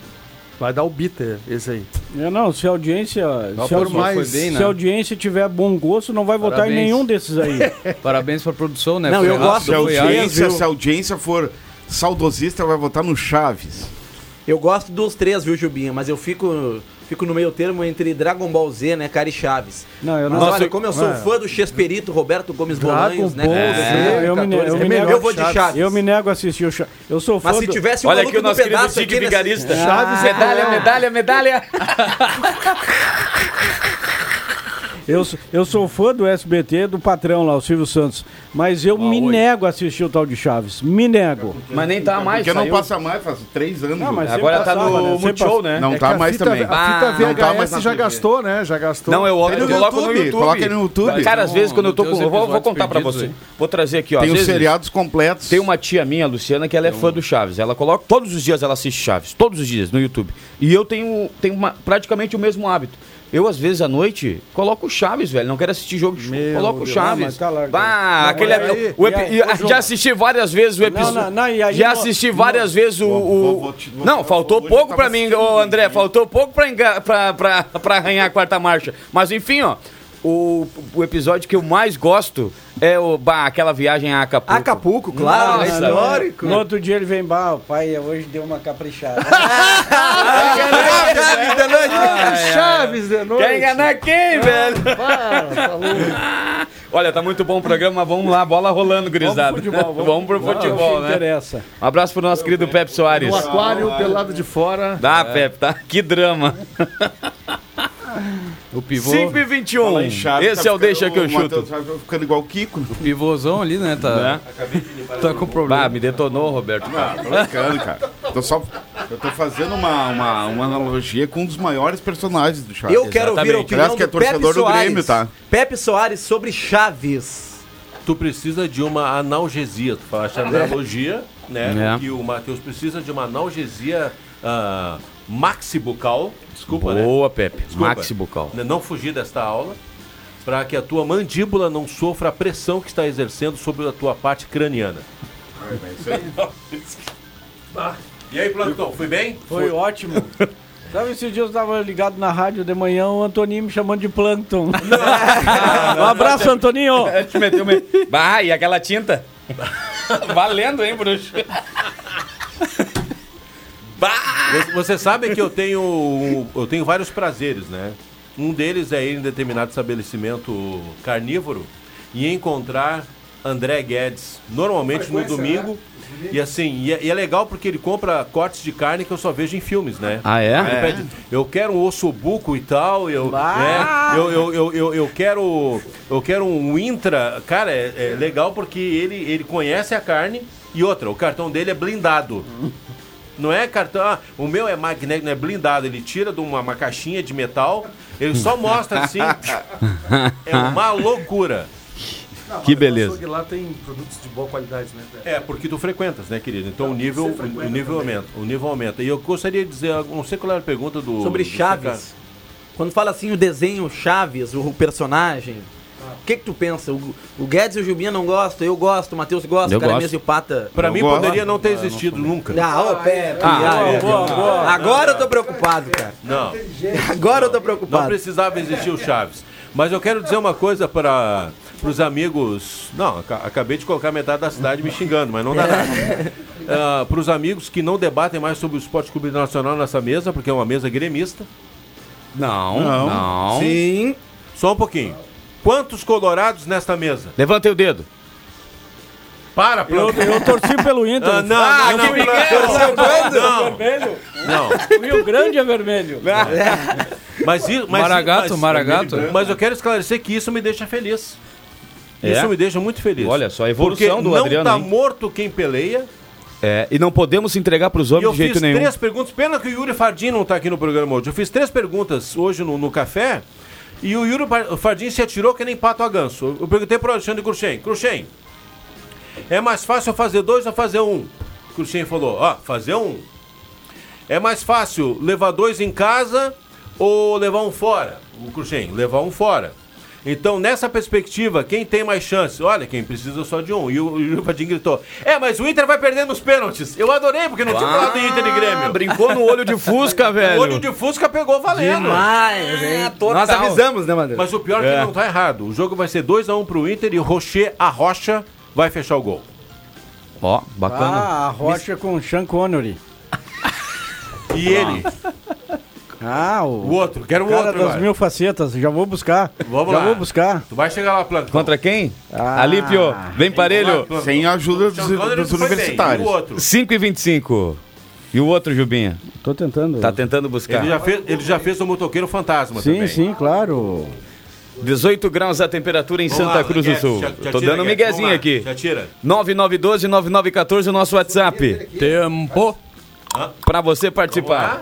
Speaker 4: vai dar o bita esse aí.
Speaker 6: Eu É, não, se a audiência. Se a,
Speaker 10: por mais-
Speaker 6: se a audiência tiver bom gosto, não vai votar em
Speaker 10: Parabéns.
Speaker 6: nenhum desses aí.
Speaker 10: Ah. Parabéns pra produção, né?
Speaker 9: Não,
Speaker 10: Foi
Speaker 9: eu
Speaker 10: rápido,
Speaker 9: gosto
Speaker 8: Se a
Speaker 10: foi ágil.
Speaker 8: audiência, se a audiência for saudosista, vai votar no Chaves.
Speaker 9: Eu gosto dos três, viu, Jubinha? Mas eu fico, fico no meio termo entre Dragon Ball Z, né, cara, e Chaves.
Speaker 6: Não, eu não.
Speaker 9: Mas olha, como eu sou fã do Chesperito, Roberto Gomes
Speaker 4: Dragon
Speaker 9: Bolanhos, né?
Speaker 4: Ball
Speaker 9: cara?
Speaker 4: Z,
Speaker 9: É,
Speaker 6: eu, me, ne- eu,
Speaker 9: 14,
Speaker 6: me
Speaker 9: é
Speaker 6: nego,
Speaker 9: melhor. Eu vou de Chaves.
Speaker 6: Eu me nego a assistir o Chaves. Eu sou fã.
Speaker 9: Mas se
Speaker 6: do-
Speaker 9: tivesse um
Speaker 3: Olha
Speaker 9: maluco
Speaker 3: aqui o
Speaker 9: do
Speaker 3: nosso querido
Speaker 9: pedaço
Speaker 3: Dick
Speaker 9: aqui nesse-
Speaker 3: Vigarista.
Speaker 4: Chaves é
Speaker 3: medalha, medalha, medalha.
Speaker 6: Eu, sou- eu sou fã do SBT, do patrão lá, o Silvio Santos. Mas eu me nego a assistir o tal de Chaves. Me nego.
Speaker 3: Mas nem tá mais,
Speaker 8: Porque não
Speaker 3: saiu.
Speaker 8: passa mais, faz três anos.
Speaker 6: Não, mas
Speaker 8: Ju.
Speaker 3: Agora tá
Speaker 6: passava, né?
Speaker 3: no
Speaker 6: Sempre
Speaker 3: Multishow, né?
Speaker 8: não
Speaker 4: É que
Speaker 8: tá
Speaker 4: a
Speaker 8: mais
Speaker 4: fita-
Speaker 8: também.
Speaker 4: A fita
Speaker 3: Ah,
Speaker 8: não tá mais
Speaker 4: VHS
Speaker 8: na
Speaker 4: já
Speaker 8: TV.
Speaker 4: gastou, né? Já gastou.
Speaker 3: Não, é eu,
Speaker 8: Tem
Speaker 3: eu
Speaker 8: no
Speaker 3: coloco no
Speaker 8: YouTube,
Speaker 3: YouTube.
Speaker 8: coloca no YouTube.
Speaker 3: Cara, às
Speaker 10: Não,
Speaker 3: vezes quando eu tô
Speaker 10: tem os
Speaker 3: com. eu Vou, vou
Speaker 10: episódios
Speaker 3: contar pra
Speaker 10: perdidos
Speaker 3: você.
Speaker 10: aí.
Speaker 3: Vou trazer aqui, ó.
Speaker 8: Tem um
Speaker 3: às
Speaker 8: os
Speaker 3: vezes-
Speaker 8: seriados completos.
Speaker 3: Tem uma tia minha, a Luciana, que ela é
Speaker 6: um-
Speaker 3: fã do Chaves. Ela coloca todos os dias ela assiste Chaves, todos os dias no YouTube. E eu tenho, tenho uma- praticamente o mesmo hábito. Eu, às vezes, à noite, coloco o Chaves, velho. Não quero assistir jogo de chute. Coloco o
Speaker 6: Ah, mas
Speaker 3: Chaves.
Speaker 6: tá lá, cara.
Speaker 3: Bah,
Speaker 6: Não,
Speaker 3: aquele, é
Speaker 6: mas aí-
Speaker 3: o epi-
Speaker 6: e aí,
Speaker 3: e-
Speaker 6: o
Speaker 3: já
Speaker 6: jogo?
Speaker 3: assisti várias vezes o episódio.
Speaker 6: não, não, e aí
Speaker 3: já
Speaker 6: não-
Speaker 3: assisti várias vezes o. o-
Speaker 8: vou te- vou-
Speaker 3: não, faltou
Speaker 8: hoje eu
Speaker 6: tá
Speaker 3: pouco
Speaker 8: tava
Speaker 3: pra mim,
Speaker 8: assistindo
Speaker 3: ô
Speaker 8: um
Speaker 3: André.
Speaker 8: vídeo.
Speaker 3: Faltou pouco pra, enga- pra, pra, pra arranhar a quarta marcha. Mas enfim, ó. O, o episódio que eu mais gosto é o, bah, aquela viagem a Acapulco.
Speaker 9: Acapulco, claro, é histórico.
Speaker 6: No outro dia ele vem, bah, o pai hoje deu uma caprichada.
Speaker 3: É. Ah,
Speaker 4: Chaves de noite.
Speaker 3: Quer enganar quem, velho? Olha, tá muito bom o programa, mas vamos lá, bola rolando, gurizada. Vamos pro futebol, pro futebol,
Speaker 6: Não
Speaker 3: né?
Speaker 6: interessa.
Speaker 3: Um abraço pro nosso querido Pepe Soares.
Speaker 4: O aquário pelo lado de fora.
Speaker 3: Dá, Pepe, tá? Que drama.
Speaker 10: O pivô,
Speaker 3: 5 e
Speaker 8: Lá em
Speaker 3: 21.
Speaker 8: Chaves,
Speaker 3: Esse
Speaker 8: tá
Speaker 3: é o deixa
Speaker 8: ficando-
Speaker 3: que eu
Speaker 8: o Matheus
Speaker 3: chuto.
Speaker 8: Chaves vai ficando igual o Kiko.
Speaker 10: o pivôzão ali, né? Tá,
Speaker 3: Né?
Speaker 10: tá com problema.
Speaker 3: Bah, me detonou, Roberto.
Speaker 8: Ah, tô brincando, cara. Tô só, eu tô fazendo uma, uma, uma analogia com um dos maiores personagens do Chaves.
Speaker 9: Eu quero ouvir a
Speaker 3: Exatamente.
Speaker 9: opinião
Speaker 8: Parece que é
Speaker 9: do
Speaker 8: torcedor
Speaker 9: Pepe
Speaker 8: do
Speaker 9: Soares.
Speaker 8: Grêmio, tá?
Speaker 9: Pepe Soares sobre Chaves.
Speaker 11: Tu precisa de uma analgesia, tu falaste analogia, né?
Speaker 3: É.
Speaker 11: Que o Matheus precisa de uma analgesia ah, maxibucal, desculpa, né?
Speaker 3: Boa, Pepe.
Speaker 11: Desculpa.
Speaker 3: Maxi Bucal.
Speaker 11: N- Não fugir desta aula, para que a tua mandíbula não sofra a pressão que está exercendo sobre a tua parte craniana. Ah, E aí, Plantão, fui bem?
Speaker 6: Foi ótimo. Sabe, esses dias eu tava ligado na rádio de manhã, o Antoninho me chamando de Plankton. um abraço, Antoninho!
Speaker 3: Te meteu meio. Bah, e aquela tinta? Valendo, hein, bruxo?
Speaker 11: um, Você, você sabe que eu tenho, eu tenho vários prazeres, né? Um deles é ir em determinado estabelecimento carnívoro e encontrar André Guedes, normalmente no
Speaker 12: Frequência,
Speaker 11: domingo. E assim, e é, e é legal porque ele compra cortes de carne que eu só vejo em filmes, né?
Speaker 3: Ah, é?
Speaker 11: Ele
Speaker 3: É.
Speaker 11: pede, eu quero um osso buco e tal, eu, né? eu, eu, eu, eu, eu quero eu quero um intra. Cara, é, é legal porque ele, ele conhece a carne e outra, o cartão dele é blindado. Não é cartão, ah, o meu é magnético, é blindado. Ele tira de uma, uma caixinha de metal, ele só mostra assim. é uma loucura.
Speaker 3: Que beleza.
Speaker 4: lá tem produtos de boa qualidade, né? velho?
Speaker 11: É, porque tu frequentas, né, querido? Então o nível,
Speaker 4: você
Speaker 11: o,
Speaker 4: frequenta
Speaker 11: o nível
Speaker 4: também.
Speaker 11: aumenta. O nível aumenta. E eu gostaria de dizer, não sei qual era a pergunta do.
Speaker 9: Sobre
Speaker 11: Tipo, do
Speaker 9: Chaves.
Speaker 11: Seca-
Speaker 9: Quando fala assim o desenho Chaves, o personagem, o que que tu pensa? O, o Guedes e o Gilbinha não gostam, eu gosto, o Matheus gosta,
Speaker 11: Eu
Speaker 9: o cara
Speaker 11: gosto.
Speaker 9: é mesmo pata.
Speaker 11: Pra mim poderia não ter existido nunca.
Speaker 9: Não, ô, Pepe.
Speaker 11: Ah,
Speaker 9: ah,
Speaker 11: é.
Speaker 9: boa, boa. Agora eu tô preocupado, cara.
Speaker 11: Não.
Speaker 9: Agora eu tô preocupado.
Speaker 11: Não precisava existir o Chaves. Mas eu quero dizer uma coisa para os amigos. Não, aca- acabei de colocar metade da cidade me xingando, mas não dá nada. para os amigos que não debatem mais sobre o Esporte Clube Nacional nessa mesa, porque é uma mesa gremista.
Speaker 3: Não, não.
Speaker 11: Sim. Só um pouquinho. Quantos colorados nesta mesa?
Speaker 3: Levantei o dedo.
Speaker 11: Para, pronto.
Speaker 6: Eu torci pelo Inter.
Speaker 11: Ah, não,
Speaker 6: Ah,
Speaker 11: não, não, não,
Speaker 6: que Miguel!
Speaker 11: não, não.
Speaker 6: Vermelho?
Speaker 11: Não.
Speaker 6: O Rio Grande é vermelho.
Speaker 11: Mas, isso- mas,
Speaker 10: Maragato,
Speaker 11: mas-
Speaker 10: Maragato.
Speaker 11: Mas eu quero esclarecer que isso me deixa feliz.
Speaker 3: É?
Speaker 11: Isso me deixa muito feliz.
Speaker 3: Olha só, a evolução
Speaker 11: Porque
Speaker 3: do
Speaker 11: não
Speaker 3: Adriano,
Speaker 11: tá
Speaker 3: hein?
Speaker 11: morto quem peleia.
Speaker 3: É, e não podemos se entregar pros
Speaker 11: E eu
Speaker 3: homens de
Speaker 11: fiz
Speaker 3: jeito nenhum.
Speaker 11: três perguntas. Pena que o Yuri Fardim não tá aqui no programa hoje. Eu fiz três perguntas hoje no, no café. E o Yuri Par- Fardim se atirou que nem pato a ganso. Eu perguntei pro Alexandre Cruxem. Cruxem, é mais fácil eu fazer dois ou fazer um? Cruxem falou, ó, fazer um. É mais fácil levar dois em casa ou levar um fora? O Cruxem, levar um fora. Então, nessa perspectiva, quem tem mais chance? Olha, quem precisa só de um. E o e o Padinho gritou: É, mas o Inter vai perder nos pênaltis. Eu adorei, porque não tinha falado de Inter e Grêmio.
Speaker 3: Ah, Brincou no olho de Fusca, velho.
Speaker 11: O olho de Fusca pegou valendo.
Speaker 9: Demais, hein?
Speaker 11: Nós avisamos,
Speaker 9: né, Madeira?
Speaker 11: Mas o pior é que
Speaker 3: É.
Speaker 11: não tá errado. O jogo vai ser 2x1 pro Inter e o Rocher, a Rocha, vai fechar o gol.
Speaker 3: Ó, bacana.
Speaker 6: Ah, a rocha com o Sean Connery.
Speaker 11: E ele,
Speaker 6: Ah,
Speaker 11: o outro, quero o
Speaker 6: cara
Speaker 11: outro
Speaker 6: das
Speaker 11: agora.
Speaker 6: mil facetas, já vou buscar.
Speaker 11: Vamos
Speaker 6: já
Speaker 11: lá.
Speaker 6: vou buscar.
Speaker 11: Tu vai chegar lá, Plantão.
Speaker 3: Contra quem? Alípio,
Speaker 11: Ah.
Speaker 3: vem parelho.
Speaker 8: Sem a ajuda dos, dos
Speaker 11: tá?
Speaker 8: universitários.
Speaker 11: O outro.
Speaker 3: 5 e 25. E o outro, Jubinha?
Speaker 6: Tô tentando.
Speaker 3: Tá tentando buscar.
Speaker 11: Ele já, fez, ele já fez o motoqueiro fantasma
Speaker 6: sim,
Speaker 11: também.
Speaker 6: sim, claro.
Speaker 3: 18 graus a temperatura em
Speaker 11: Vamos
Speaker 3: Santa
Speaker 11: lá,
Speaker 3: Cruz do
Speaker 11: Guedes,
Speaker 3: Sul.
Speaker 11: já- já
Speaker 3: Tô
Speaker 11: tira,
Speaker 3: dando um
Speaker 11: Guedes,
Speaker 3: miguezinho
Speaker 11: vamos lá,
Speaker 3: aqui.
Speaker 11: Já tira.
Speaker 3: 9912-9914, o nosso WhatsApp. Tempo. Pra você participar.
Speaker 11: Tá?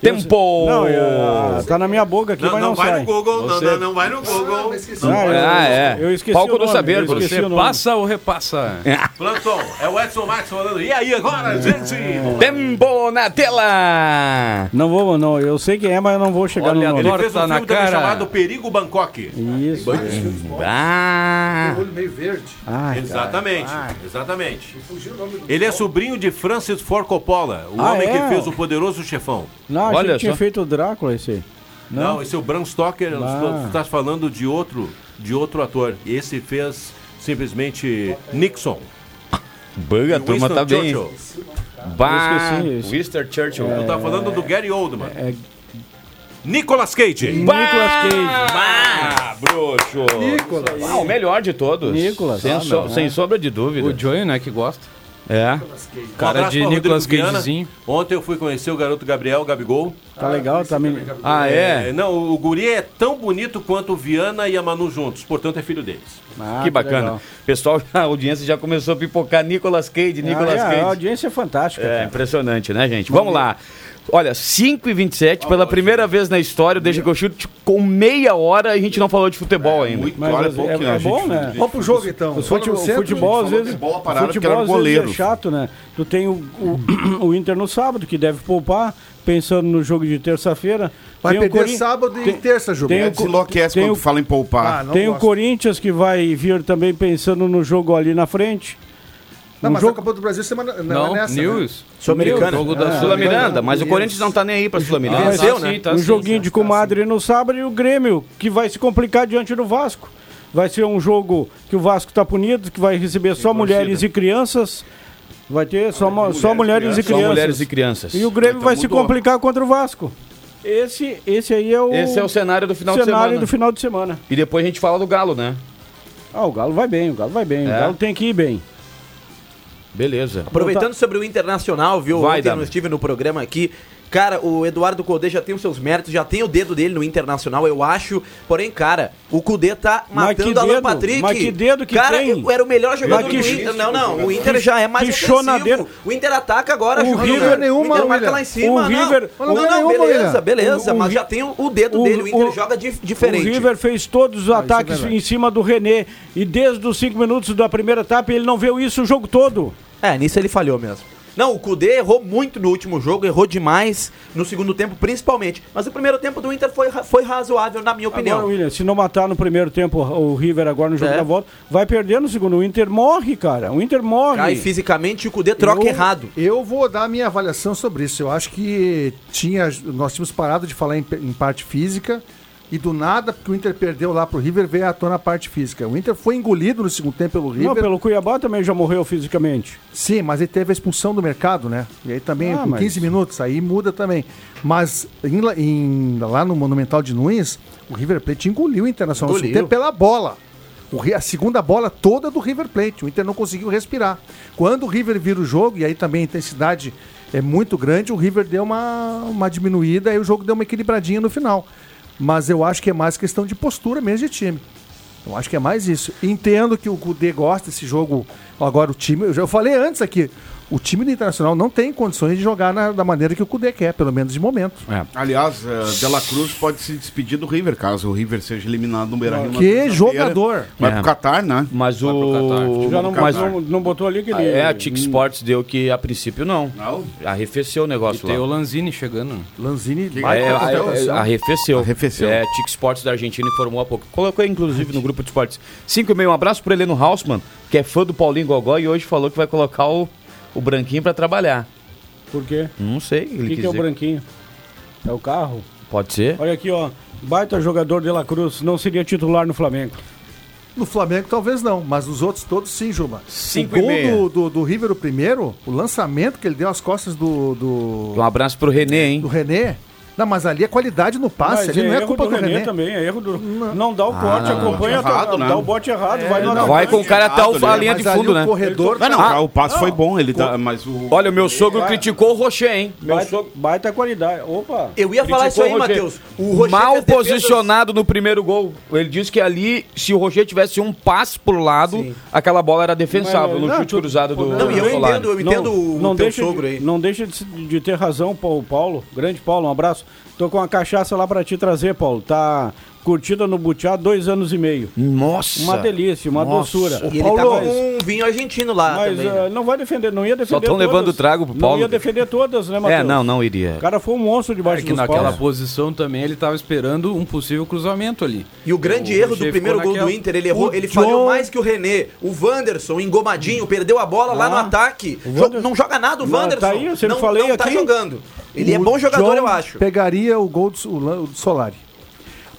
Speaker 3: Tempo.
Speaker 6: Não, eu- tá na minha boca aqui,
Speaker 11: Não,
Speaker 6: mas
Speaker 11: não
Speaker 6: não,
Speaker 11: vai
Speaker 6: sai.
Speaker 11: no Google, não,
Speaker 10: Você-
Speaker 11: não, não vai no Google.
Speaker 6: Ah, eu-
Speaker 3: Ah, é.
Speaker 6: Eu esqueci
Speaker 3: Palco
Speaker 6: o
Speaker 3: do
Speaker 6: nome,
Speaker 3: saber,
Speaker 6: eu esqueci
Speaker 10: Você
Speaker 6: o nome.
Speaker 10: passa ou repassa?
Speaker 11: Planton, é o Edson Max falando. E aí agora, gente?
Speaker 3: Tempo na tela.
Speaker 6: Não vou, não. Eu sei quem é, mas eu não vou chegar
Speaker 10: Olha,
Speaker 6: no
Speaker 11: Ele
Speaker 6: nome.
Speaker 10: Torta
Speaker 11: fez um
Speaker 10: na
Speaker 11: filme também
Speaker 10: cara.
Speaker 11: chamado Perigo Bangkok.
Speaker 6: Isso.
Speaker 3: Ah.
Speaker 4: Olho meio verde.
Speaker 6: Ai, cara.
Speaker 11: Exatamente, exatamente. Ele é sobrinho de Francis Ford Coppola, o
Speaker 6: Ah,
Speaker 11: homem
Speaker 6: é?
Speaker 11: que fez o poderoso chefão.
Speaker 6: Não,
Speaker 3: Olha
Speaker 6: achei que tinha
Speaker 3: só.
Speaker 6: feito o Drácula esse. aí.
Speaker 11: Não,
Speaker 6: Não?
Speaker 11: esse é o Bram Stoker,
Speaker 6: Ah.
Speaker 11: tu estás falando de outro, de outro ator. Esse fez simplesmente Nixon.
Speaker 3: Banga, a turma
Speaker 11: Winston
Speaker 3: tá bem.
Speaker 11: Churchill.
Speaker 3: Bah.
Speaker 6: Eu esqueci
Speaker 3: Winston Churchill.
Speaker 11: Tu tá falando do Gary Oldman.
Speaker 6: é-
Speaker 11: Nicolas Cage.
Speaker 6: Nicolas Cage.
Speaker 3: Ah, bruxo.
Speaker 4: Nicolas.
Speaker 3: Ah, o melhor de todos.
Speaker 6: Nicolas,
Speaker 3: Sem,
Speaker 6: ah,
Speaker 3: so-
Speaker 6: meu,
Speaker 3: sem sombra de dúvida.
Speaker 10: O Joey, né, que gosta.
Speaker 3: É.
Speaker 10: Cara
Speaker 11: Um abraço
Speaker 10: de
Speaker 11: pra Rodrigo
Speaker 10: Nicolas
Speaker 11: Viana.
Speaker 10: Cagezinho.
Speaker 11: Ontem eu fui conhecer o garoto Gabriel, Gabigol.
Speaker 6: Tá legal, tá me...
Speaker 3: Ah, é?
Speaker 11: Não, o guri é tão bonito quanto o Viana e a Manu juntos, portanto é filho deles.
Speaker 6: Ah,
Speaker 3: que
Speaker 6: tá
Speaker 3: bacana.
Speaker 6: legal.
Speaker 3: Pessoal, a audiência já começou a pipocar. Nicolas Cage, Nicolas
Speaker 6: Ah, é, A
Speaker 3: Cage.
Speaker 6: audiência é fantástica.
Speaker 3: É,
Speaker 6: cara.
Speaker 3: impressionante, né, gente? Vamos lá. Olha, 5 e 27 pela primeira vez na história, desde que eu chute, com meia hora a gente não falou de futebol ainda.
Speaker 8: Muito,
Speaker 6: Mas
Speaker 8: olha,
Speaker 6: é-
Speaker 8: pouco,
Speaker 6: é-
Speaker 8: né,
Speaker 6: é
Speaker 8: gente?
Speaker 6: bom, né?
Speaker 8: Gente,
Speaker 4: Vamos pro jogo, então.
Speaker 6: O fute- o
Speaker 8: centro,
Speaker 6: futebol,
Speaker 8: gente,
Speaker 6: às
Speaker 8: falou
Speaker 6: vezes,
Speaker 8: de bola parada, porque
Speaker 6: futebol
Speaker 8: era
Speaker 6: às vezes
Speaker 8: goleiro.
Speaker 6: é chato, né? Tu tem o, o, o Inter no sábado, que deve poupar, pensando no jogo de terça-feira.
Speaker 4: Vai
Speaker 6: Tem o
Speaker 4: perder
Speaker 6: Corin-
Speaker 4: sábado e
Speaker 6: tem-
Speaker 4: terça, Ju.
Speaker 6: tem
Speaker 8: É,
Speaker 6: o-
Speaker 8: Desenlouquece
Speaker 6: tem
Speaker 8: quando
Speaker 6: o-
Speaker 8: fala em poupar.
Speaker 4: Ah, não
Speaker 6: Tem o
Speaker 4: gosto.
Speaker 6: Corinthians que vai vir também pensando no jogo ali na frente.
Speaker 4: Não,
Speaker 6: um
Speaker 4: mas
Speaker 6: jogo-
Speaker 4: a Copa do Brasil semana não,
Speaker 10: Não,
Speaker 4: é nessa. né?
Speaker 10: News.
Speaker 9: Sul-Americana.
Speaker 10: Jogo
Speaker 6: Ah,
Speaker 10: da
Speaker 3: Sul-Miranda, mas o Corinthians não tá nem aí pra Sul-Miranda.
Speaker 6: Vai-
Speaker 9: venceu, né?
Speaker 10: sim, tá
Speaker 6: um
Speaker 10: sim,
Speaker 6: joguinho
Speaker 10: tá
Speaker 6: de
Speaker 10: sim.
Speaker 6: comadre no sábado e o Grêmio, que vai se complicar diante do Vasco. Vai ser um jogo que o Vasco tá punido, que vai receber só mulheres e crianças. Vai ter só, mo- só Ah, mulheres, e
Speaker 3: Só
Speaker 6: crianças.
Speaker 3: mulheres e crianças.
Speaker 6: E o Grêmio
Speaker 8: Então
Speaker 6: vai se
Speaker 8: mudou.
Speaker 6: complicar contra o Vasco. Esse, esse aí é o.
Speaker 3: Esse é o cenário do final de
Speaker 6: cenário
Speaker 3: semana.
Speaker 6: do final de semana.
Speaker 3: E depois a gente fala do Galo, né?
Speaker 6: Ah, o Galo vai bem, o Galo vai bem. O
Speaker 3: É?
Speaker 6: Galo tem que ir bem.
Speaker 3: Beleza.
Speaker 9: Aproveitando sobre o Internacional, viu?
Speaker 3: Vai,
Speaker 9: Ontem eu
Speaker 3: Dami.
Speaker 9: não estive no programa aqui. Cara, o Eduardo Cudê já tem os seus méritos, já tem o dedo dele no Internacional, eu acho. Porém, cara, o Cudê tá
Speaker 6: Mas
Speaker 9: matando
Speaker 6: que
Speaker 9: o Alan
Speaker 6: dedo,
Speaker 9: Patrick.
Speaker 6: mas que dedo que
Speaker 9: cara,
Speaker 6: tem.
Speaker 9: eu- era o melhor jogador
Speaker 6: Mas que
Speaker 9: do
Speaker 6: ch-
Speaker 9: Inter. Não, não, o Inter já é mais
Speaker 6: que
Speaker 9: ofensivo.
Speaker 6: chonadeira.
Speaker 9: O Inter ataca agora,
Speaker 6: O
Speaker 9: Júnior.
Speaker 6: River
Speaker 9: o
Speaker 6: nenhuma,
Speaker 9: Inter marca
Speaker 6: William.
Speaker 9: lá em cima.
Speaker 6: O
Speaker 9: não.
Speaker 6: River-
Speaker 9: não,
Speaker 6: o-
Speaker 9: não,
Speaker 6: nenhuma,
Speaker 9: beleza,
Speaker 6: William.
Speaker 9: beleza,
Speaker 6: O- o
Speaker 9: mas
Speaker 6: Ri-
Speaker 9: já tem o, o dedo
Speaker 6: o-
Speaker 9: dele, o Inter
Speaker 6: o-
Speaker 9: joga di- diferente.
Speaker 6: O River fez todos os ataques
Speaker 9: verdade.
Speaker 6: em cima do René. E desde os cinco minutos da primeira etapa, ele não viu isso o jogo todo.
Speaker 9: É, nisso ele falhou mesmo. Não, o Kudê errou muito no último jogo, errou demais no segundo tempo, principalmente. Mas o primeiro tempo do Inter foi, ra- foi razoável, na minha opinião.
Speaker 6: Agora, William, se não matar no primeiro tempo o River agora no jogo
Speaker 9: É.
Speaker 6: da volta, vai perder no segundo. O Inter morre, cara. O Inter morre.
Speaker 9: Cai fisicamente e o Kudê troca
Speaker 6: Eu-
Speaker 9: errado.
Speaker 4: Eu vou dar a minha avaliação sobre isso. Eu acho que tinha, nós tínhamos parado de falar em, pe- em parte física e do nada, porque o Inter perdeu lá pro River, veio à tona a parte física. O Inter foi engolido no segundo tempo pelo River.
Speaker 6: Não, pelo Cuiabá também já morreu fisicamente.
Speaker 4: Sim, mas ele teve a expulsão do mercado, né? E aí também,
Speaker 6: Ah,
Speaker 4: com
Speaker 6: mas-
Speaker 4: 15 minutos, aí muda também. Mas em La- em- lá no Monumental de Nunes, o River Plate engoliu o Internacional no segundo
Speaker 9: Engoliu.
Speaker 4: tempo pela bola. O Ri- a segunda bola toda do River Plate. O Inter não conseguiu respirar. Quando o River vira o jogo, e aí também a intensidade é muito grande, o River deu uma, uma diminuída e o jogo deu uma equilibradinha no final. Mas eu acho que é mais questão de postura mesmo de time. Eu acho que é mais isso. Entendo que o Kudê gosta desse jogo. Agora, o time. Eu já falei antes aqui. O time do Internacional não tem condições de jogar na- da maneira que o Kudê quer, pelo menos de momento.
Speaker 8: Aliás, eh, Dela Cruz pode se despedir do River, caso o River seja eliminado no Beira Rio.
Speaker 4: Que jogador!
Speaker 8: Vai
Speaker 3: É.
Speaker 8: pro Catar, né?
Speaker 3: Mas o.
Speaker 6: Já não, um
Speaker 3: mas
Speaker 6: não, não botou ali que ele.
Speaker 9: Ah,
Speaker 3: É, a Tix Sports deu que a princípio não.
Speaker 8: Não?
Speaker 3: Arrefeceu o negócio
Speaker 10: Tem
Speaker 3: lá.
Speaker 10: o Lanzini chegando.
Speaker 4: Lanzini.
Speaker 3: É, é, é, arrefeceu.
Speaker 8: Arrefeceu.
Speaker 3: É, Tic Sports da Argentina informou há pouco. Colocou inclusive no grupo de esportes. 5 e meio, um abraço pro Heleno Hausmann, que é fã do Paulinho Gogó e hoje falou que vai colocar o, o branquinho pra trabalhar.
Speaker 6: Por quê?
Speaker 3: Não sei,
Speaker 6: O
Speaker 3: ele
Speaker 6: que,
Speaker 3: quis
Speaker 6: que é o
Speaker 3: dizer.
Speaker 6: branquinho? É o carro?
Speaker 3: Pode ser.
Speaker 6: Olha aqui, ó. Baita jogador de La Cruz, não seria titular no Flamengo.
Speaker 4: No Flamengo talvez não, mas nos outros todos sim, Juba.
Speaker 3: Cinco
Speaker 4: o
Speaker 3: e
Speaker 4: gol
Speaker 3: meia.
Speaker 4: do, do, do River, o primeiro, o lançamento que ele deu às costas do, do,
Speaker 3: Um abraço pro René, hein?
Speaker 4: do René. Não, mas ali é qualidade no
Speaker 3: Ah,
Speaker 4: passe,
Speaker 6: Mas
Speaker 4: ali não é
Speaker 6: erro
Speaker 4: culpa do,
Speaker 6: René,
Speaker 4: René.
Speaker 6: também, é erro do. Não, dá o corte,
Speaker 3: não, É,
Speaker 6: acompanha,
Speaker 8: bote errado,
Speaker 6: dá,
Speaker 8: né?
Speaker 6: dá o bote errado, vai no
Speaker 4: não,
Speaker 3: Vai com o cara até o-
Speaker 8: Errado,
Speaker 3: a
Speaker 8: né?
Speaker 3: linha de
Speaker 4: Mas ali
Speaker 3: fundo,
Speaker 4: o
Speaker 3: né?
Speaker 4: corredor tá
Speaker 8: Ah, não,
Speaker 3: Ah,
Speaker 8: o passo foi bom, ele tá, mas o
Speaker 3: Olha, o meu sogro criticou o Rocher, hein? Meu
Speaker 6: baita,
Speaker 3: sogro.
Speaker 6: baita qualidade. Opa!
Speaker 9: Eu ia falar isso
Speaker 3: criticou
Speaker 9: aí,
Speaker 3: o Rocher.
Speaker 9: Matheus. O Rocher
Speaker 3: Mal
Speaker 9: fez defesas-
Speaker 3: posicionado no primeiro gol. Ele disse que ali, se o Rocher tivesse um passo pro lado, aquela bola era defensável
Speaker 6: Mas,
Speaker 3: no
Speaker 6: não,
Speaker 3: chute
Speaker 6: tu-
Speaker 3: cruzado do.
Speaker 9: Não, e eu
Speaker 3: do Solari.
Speaker 9: entendo, eu entendo o
Speaker 6: não
Speaker 9: teu
Speaker 6: deixa
Speaker 9: sogro
Speaker 6: de,
Speaker 9: aí.
Speaker 6: Não deixa de, de ter razão, Paulo, Paulo. Grande Paulo, um abraço. Tô com uma cachaça lá pra te trazer, Paulo. Tá curtida no Butiá há dois anos e meio.
Speaker 3: Nossa!
Speaker 6: Uma delícia, uma doçura.
Speaker 9: E ele
Speaker 6: Paulo,
Speaker 9: tá com um vinho argentino lá
Speaker 6: mas
Speaker 9: também.
Speaker 6: ah,
Speaker 9: né?
Speaker 6: não vai defender, não ia defender
Speaker 3: tão
Speaker 6: todas.
Speaker 3: levando o trago pro Paulo.
Speaker 6: Não ia defender todas, né, Matheus?
Speaker 3: É, não, não iria.
Speaker 6: O cara foi um monstro
Speaker 10: É
Speaker 6: debaixo
Speaker 10: que
Speaker 6: dos
Speaker 10: naquela
Speaker 6: paus.
Speaker 10: posição também ele tava esperando um possível cruzamento ali.
Speaker 9: E o grande
Speaker 10: O
Speaker 9: erro do
Speaker 10: Rocher
Speaker 9: primeiro
Speaker 10: ficou
Speaker 9: gol do
Speaker 10: naquela.
Speaker 9: Inter, ele errou,
Speaker 4: O
Speaker 9: ele falhou
Speaker 4: John-
Speaker 9: mais que o René. O Wanderson, engomadinho, perdeu a bola lá no ataque. Jo-
Speaker 6: Wander-
Speaker 9: Não joga nada Ah. o
Speaker 6: Não,
Speaker 9: Wanderson.
Speaker 6: tá aí, eu sempre
Speaker 9: não,
Speaker 6: falei
Speaker 9: não tá
Speaker 6: aqui.
Speaker 9: jogando. Ele é
Speaker 4: O
Speaker 9: bom jogador,
Speaker 4: John
Speaker 9: eu acho.
Speaker 4: Pegaria o gol do, o lan- o do Solari.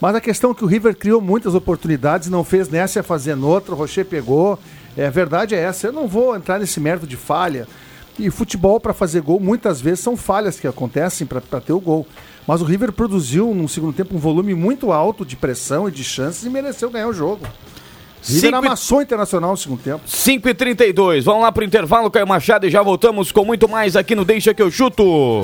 Speaker 4: Mas a questão é que o River criou muitas oportunidades, não fez nessa, ia fazer noutra, o Rocher pegou. É, a verdade é essa. Eu não vou entrar nesse mérito de falha. E futebol, para fazer gol, muitas vezes são falhas que acontecem para ter o gol. Mas o River produziu, no segundo tempo, um volume muito alto de pressão e de chances e mereceu ganhar o jogo. O River
Speaker 3: Cinco e-
Speaker 4: amassou o Internacional no segundo tempo.
Speaker 3: 5 e 32 vamos lá pro intervalo, Caio Machado, e já voltamos com muito mais aqui no Deixa Que Eu Chuto.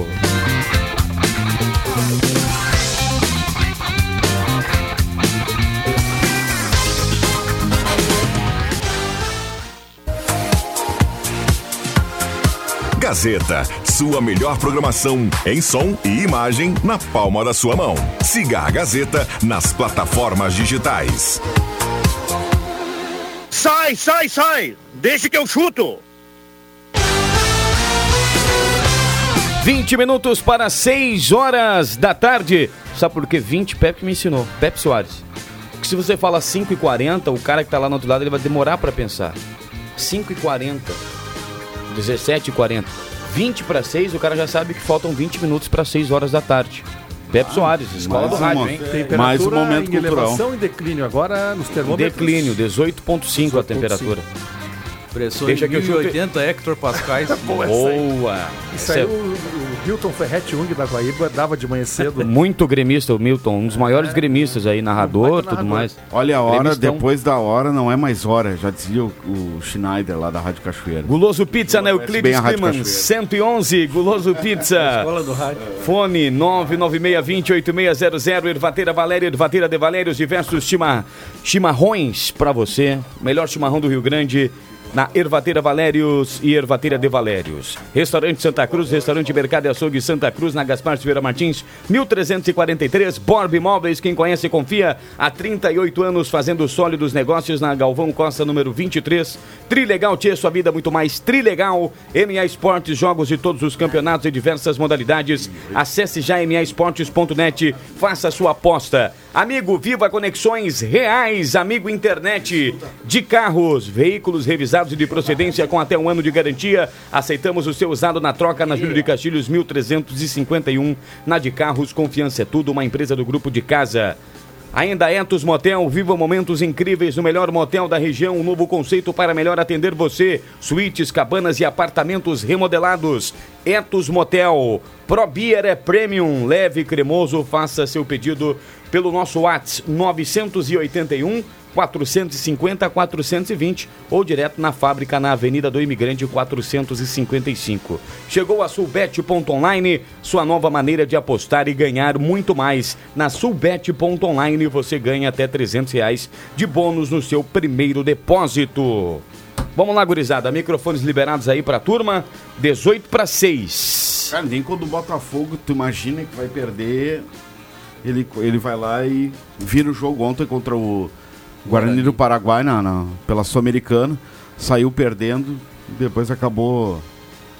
Speaker 2: Gazeta, sua melhor programação em som e imagem na palma da sua mão. Siga a Gazeta nas plataformas digitais.
Speaker 1: Sai, sai, sai! Deixa que eu chuto!
Speaker 3: 20 minutos para 6 horas da tarde. Sabe por que 20? Pepe me ensinou, Pepe Soares. Porque se você fala 5 e 40, o cara que tá lá no outro lado, ele vai demorar para pensar. 5 e 40, 17 e 40, 20 para 6, o cara já sabe que faltam 20 minutos para 6 horas da tarde. Pepe Soares, escola do
Speaker 8: mais
Speaker 3: rádio,
Speaker 8: uma.
Speaker 3: hein?
Speaker 8: Mais um momento
Speaker 4: em
Speaker 8: cultural.
Speaker 4: elevação e declínio agora nos termômetros.
Speaker 3: Declínio, 18.5 a temperatura.
Speaker 10: Pressão
Speaker 4: Deixa que eu chute.
Speaker 10: 1080 Hector Pascais.
Speaker 4: Boa, essa aí. Isso
Speaker 3: é
Speaker 4: aí, o, o Hilton Ferretti Jung da Guaíba dava de manhã cedo.
Speaker 3: Muito gremista, o Milton. Um dos maiores gremistas aí, narrador, tudo mais.
Speaker 8: Olha a hora,
Speaker 3: Gremistão.
Speaker 8: depois da hora não é mais hora. Já dizia o, o Schneider lá da Rádio Cachoeira.
Speaker 3: Guloso Pizza na Euclides
Speaker 8: a Rádio
Speaker 3: Kliman,
Speaker 8: Cachoeira.
Speaker 3: 111, Guloso Pizza.
Speaker 8: Escola do rádio.
Speaker 3: Fone 996208600, Ervateira Valéria, Ervateira de Valéria, os diversos chima, chimarrões pra você. Melhor chimarrão do Rio Grande. Na Ervateira Valérios e Ervateira de Valérios. Restaurante Santa Cruz, Restaurante Mercado e Açougue Santa Cruz, na Gaspar Silveira Martins, 1343, Borb Imóveis, quem conhece e confia, há 38 anos fazendo sólidos negócios na Galvão Costa, número 23. Trilegal Tia, sua vida muito mais Trilegal, MA Esportes, jogos de todos os campeonatos e diversas modalidades. Acesse já maesportes.net, faça sua aposta. Amigo, viva conexões reais, amigo internet de carros, veículos revisados e de procedência com até um ano de garantia. Aceitamos o seu usado na troca na Júlio de Castilhos 1351. Na de carros, confiança é tudo, uma empresa do grupo de casa. Ainda Etos Motel, viva momentos incríveis no melhor motel da região, um novo conceito para melhor atender você. Suítes, cabanas e apartamentos remodelados. Etos Motel, Pro Beer é premium, leve e cremoso, faça seu pedido pelo nosso Whats 981 450 420 ou direto na fábrica na Avenida do Imigrante 455. Chegou a Sulbet.online, sua nova maneira de apostar e ganhar muito mais. Na Sulbet.online você ganha até 300 reais de bônus no seu primeiro depósito. Vamos lá, gurizada. Microfones liberados aí pra turma. 18 para 6.
Speaker 8: Cara, nem quando o Botafogo, tu imagina que vai perder. Ele, ele vai lá e vira o jogo ontem contra o Guarani do Paraguai na, na- pela Sul-Americana. Saiu perdendo, depois acabou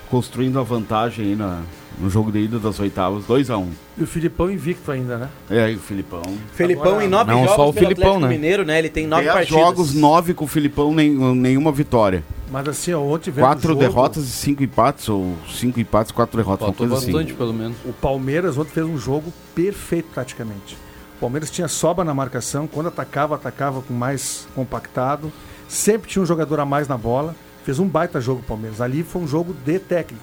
Speaker 8: construindo a vantagem aí na, no jogo de ida das oitavas, 2x1.
Speaker 4: E o Filipão invicto ainda, né?
Speaker 8: É, e o Filipão.
Speaker 9: Felipão em nove
Speaker 8: Não,
Speaker 9: jogos
Speaker 8: só o
Speaker 9: pelo Atlético
Speaker 8: Filipão, né?
Speaker 9: Mineiro, né? Ele tem nove
Speaker 8: 10
Speaker 9: partidas.
Speaker 8: jogos, 9 com o Filipão, nem- nenhuma vitória.
Speaker 4: Mas assim, ó, ontem vendo o
Speaker 8: Quatro
Speaker 4: jogo,
Speaker 8: derrotas e cinco empates, ou cinco empates, quatro derrotas, uma coisa assim.
Speaker 10: pelo menos.
Speaker 4: O Palmeiras ontem fez um jogo perfeito praticamente. O Palmeiras tinha sobra na marcação, quando atacava, atacava com mais compactado. Sempre tinha um jogador a mais na bola. Fez um baita jogo o Palmeiras. Ali foi um jogo de técnico.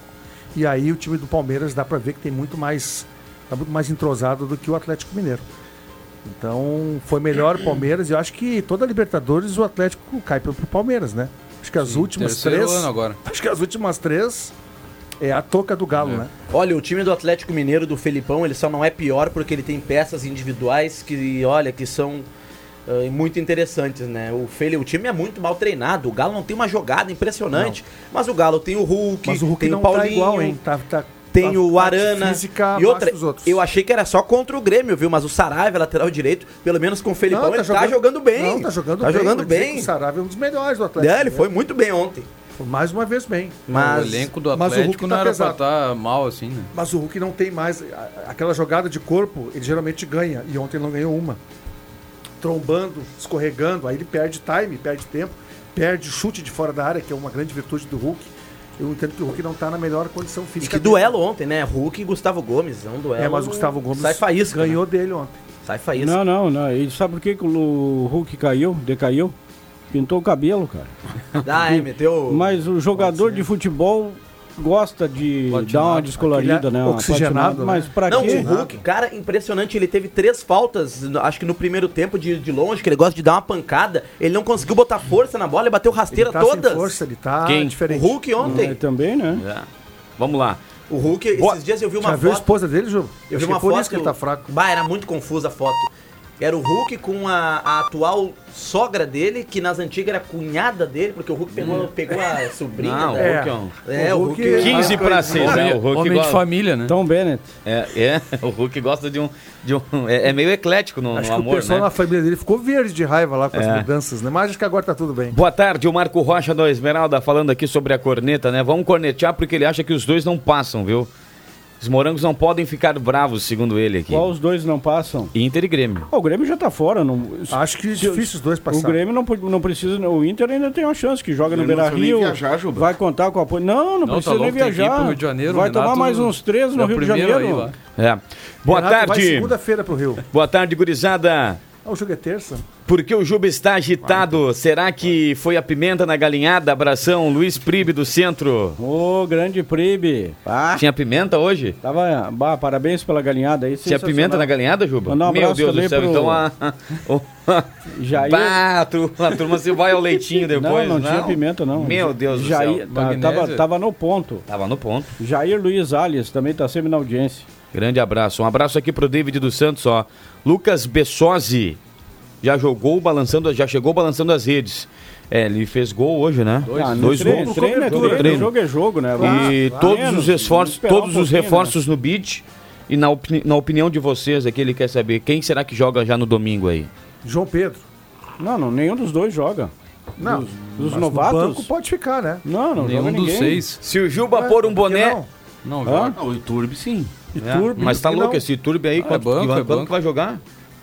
Speaker 4: E aí o time do Palmeiras dá pra ver que tem muito mais tá muito mais entrosado do que o Atlético Mineiro. Então, foi melhor o Palmeiras. E eu acho que toda a Libertadores o Atlético cai pro pro Palmeiras, né? Acho que as últimas
Speaker 10: terceiro
Speaker 4: três.
Speaker 10: ano agora.
Speaker 4: Acho que as últimas três é a toca do Galo, né?
Speaker 9: Olha, o time do Atlético Mineiro do Felipão, ele só não é pior porque ele tem peças individuais que, olha, que são ah, muito interessantes, né? O Feli, o time é muito mal treinado, o Galo não tem uma jogada impressionante, mas o Galo tem o Hulk,
Speaker 4: Mas o Hulk
Speaker 9: tem
Speaker 4: não
Speaker 9: o Paulinho,
Speaker 4: tá igual, hein? Tá, tá-
Speaker 9: um. Tem
Speaker 4: tá-
Speaker 9: o
Speaker 4: tá
Speaker 9: Arana.
Speaker 4: Física
Speaker 9: e outra,
Speaker 4: abaixo dos outros.
Speaker 9: eu achei que era só contra o Grêmio, viu? Mas o Saraiva, lateral direito, pelo menos com o Felipão, ele tá jogando bem.
Speaker 4: Não, tá jogando
Speaker 9: tá
Speaker 4: bem.
Speaker 9: Jogando
Speaker 4: vou dizer
Speaker 9: bem.
Speaker 4: que O Sarabia é um dos melhores do Atlético.
Speaker 9: É, ele foi muito bem ontem.
Speaker 4: Foi mais uma vez bem.
Speaker 10: o elenco do
Speaker 4: mas o
Speaker 10: Atlético
Speaker 4: Hulk
Speaker 10: não
Speaker 4: tá
Speaker 10: era
Speaker 4: pesado.
Speaker 10: pra estar mal assim, né?
Speaker 4: Mas o Hulk não tem mais. a- Aquela jogada de corpo, ele geralmente ganha. E ontem ele não ganhou uma. Trombando, escorregando, aí ele perde time, perde tempo, perde chute de fora da área, que é uma grande virtude do Hulk. Eu entendo que o Hulk não tá na melhor condição
Speaker 9: E
Speaker 4: física.
Speaker 9: que
Speaker 4: dele.
Speaker 9: duelo ontem, né? Hulk e Gustavo Gomes, é um duelo.
Speaker 4: É, mas o Gustavo Gomes
Speaker 9: sai faísca. né?
Speaker 4: ganhou dele ontem.
Speaker 9: Sai faísca.
Speaker 6: Não, não, não. E sabe por que, que o Hulk caiu, decaiu? Pintou o cabelo, cara.
Speaker 9: Ah, é, meteu.
Speaker 6: Mas o jogador de futebol gosta de dar uma descolorida,
Speaker 9: Aquele
Speaker 6: né?
Speaker 9: é
Speaker 6: Uma platinada, Mas pra
Speaker 9: Não,
Speaker 6: quê?
Speaker 9: o Hulk, cara, impressionante. Ele teve três faltas, no- acho que no primeiro tempo, de, de longe, que ele gosta de dar uma pancada. Ele não conseguiu botar força na bola, ele bateu rasteira
Speaker 4: Ele tá sem
Speaker 9: todas.
Speaker 4: força, ele tá
Speaker 3: Quem?
Speaker 4: diferente.
Speaker 9: O Hulk ontem.
Speaker 6: É, também, né?
Speaker 3: Vamos lá.
Speaker 4: é.
Speaker 9: O Hulk, esses
Speaker 3: Boa.
Speaker 9: dias eu vi
Speaker 4: Já
Speaker 9: uma foto.
Speaker 4: viu a esposa dele, Ju?
Speaker 9: Eu
Speaker 4: Acho
Speaker 9: vi
Speaker 4: que
Speaker 9: uma
Speaker 4: é por
Speaker 9: foto.
Speaker 4: isso que ele tá fraco.
Speaker 9: Bah, era muito confusa a foto. Era o Hulk com a, a atual sogra dele, que nas antigas era cunhada dele, porque o Hulk pegou, pegou a sobrinha.
Speaker 3: Não,
Speaker 9: né?
Speaker 3: o Hulk é um-
Speaker 9: É, o Hulk.
Speaker 3: 15 para 6, é, o Hulk
Speaker 10: Homem de
Speaker 3: gosta.
Speaker 10: família, né?
Speaker 6: Tom Então, Bennett.
Speaker 3: É, é, o Hulk gosta de um. De um é, é meio eclético no,
Speaker 9: um
Speaker 4: Acho
Speaker 3: no
Speaker 4: que o
Speaker 3: amor,
Speaker 4: pessoal
Speaker 3: né?
Speaker 4: na família dele ficou verde de raiva lá com
Speaker 3: É.
Speaker 4: as mudanças, né? Mas acho que agora tá tudo bem.
Speaker 3: Boa tarde, o Marco Rocha da Esmeralda falando aqui sobre a corneta, né? Vamos cornetear porque ele acha que os dois não passam, viu? Os morangos não podem ficar bravos, segundo ele aqui.
Speaker 6: Qual os dois não passam?
Speaker 3: Inter e Grêmio.
Speaker 6: Ó, O Grêmio já tá fora. Não...
Speaker 4: Acho que é
Speaker 6: Se-
Speaker 4: difícil os dois
Speaker 6: O
Speaker 4: passarem.
Speaker 6: Grêmio não, pode- não precisa. O Inter ainda tem uma chance, que joga no
Speaker 8: Eu não
Speaker 6: Beira
Speaker 8: preciso nem
Speaker 6: Rio.
Speaker 8: viajar, Juba.
Speaker 6: Vai contar com o apoio. Não, não,
Speaker 10: tá
Speaker 6: precisa nem
Speaker 10: louco, tem que ir
Speaker 6: viajar.
Speaker 10: pro Rio de Janeiro,
Speaker 6: vai
Speaker 10: Renato
Speaker 6: tomar mais uns três
Speaker 10: é
Speaker 6: no
Speaker 10: o
Speaker 6: Rio de
Speaker 10: primeiro
Speaker 6: Janeiro.
Speaker 10: aí lá.
Speaker 3: É. Boa
Speaker 4: Renato vai
Speaker 3: tarde.
Speaker 4: segunda-feira pro Rio.
Speaker 3: Boa tarde, gurizada.
Speaker 4: Ah, o jogo é terça?
Speaker 3: Porque o Juba está agitado.
Speaker 6: então.
Speaker 3: Será que foi a pimenta na galinhada? Abração, Luiz Pribe do centro.
Speaker 6: Ô, grande Pribe.
Speaker 3: Tinha pimenta hoje?
Speaker 6: Tava, bah, parabéns pela galinhada aí.
Speaker 3: Tinha pimenta na galinhada, Juba?
Speaker 6: Mandar um
Speaker 3: Meu
Speaker 6: abraço
Speaker 3: Deus do
Speaker 6: também
Speaker 3: céu.
Speaker 6: pro-
Speaker 3: Então a. o-
Speaker 6: Jair.
Speaker 3: Bah, ah, a turma, a turma se vai ao leitinho depois.
Speaker 6: Não, não, tinha pimenta, não.
Speaker 3: Meu Deus
Speaker 6: Jair,
Speaker 3: do céu.
Speaker 6: tá- Tava,
Speaker 3: Magnésio.
Speaker 6: tava no ponto.
Speaker 3: Tava no ponto.
Speaker 6: Jair Luiz Alves também tá sempre na audiência.
Speaker 3: Grande abraço. Um abraço aqui pro David dos Santos, ó. Lucas Bessosi já jogou balançando, já chegou balançando as redes. É, ele fez gol hoje, né?
Speaker 6: Ah, no
Speaker 3: Dois
Speaker 6: treino,
Speaker 3: gols.
Speaker 6: treino é treino,
Speaker 3: Treino.
Speaker 6: jogo é jogo, né?
Speaker 3: E
Speaker 6: Claro,
Speaker 3: todos
Speaker 6: claro.
Speaker 3: os esforços,
Speaker 6: Esperar um
Speaker 3: todos os
Speaker 6: pouquinho,
Speaker 3: reforços no beat. E na, opini- na opinião de vocês aqui, ele quer saber quem será que joga já no domingo aí?
Speaker 4: João Pedro.
Speaker 6: Não, não, nenhum dos dois joga.
Speaker 3: Ah,
Speaker 4: Não.
Speaker 6: Dos, dos
Speaker 4: mas no banco
Speaker 6: novatos?
Speaker 4: pode ficar, né?
Speaker 6: Não, não joga ninguém.
Speaker 3: Se o Juba
Speaker 6: É,
Speaker 4: Ué,
Speaker 3: pôr um
Speaker 4: por que
Speaker 3: boné.
Speaker 4: não?
Speaker 10: Não,
Speaker 6: Hã?
Speaker 10: joga. O YouTube sim.
Speaker 3: É, mas tá
Speaker 4: por que
Speaker 3: louco
Speaker 4: não?
Speaker 3: esse Turbe aí.
Speaker 10: Ah,
Speaker 3: quanto,
Speaker 10: é banco,
Speaker 3: e quando
Speaker 10: é banco.
Speaker 3: que vai jogar?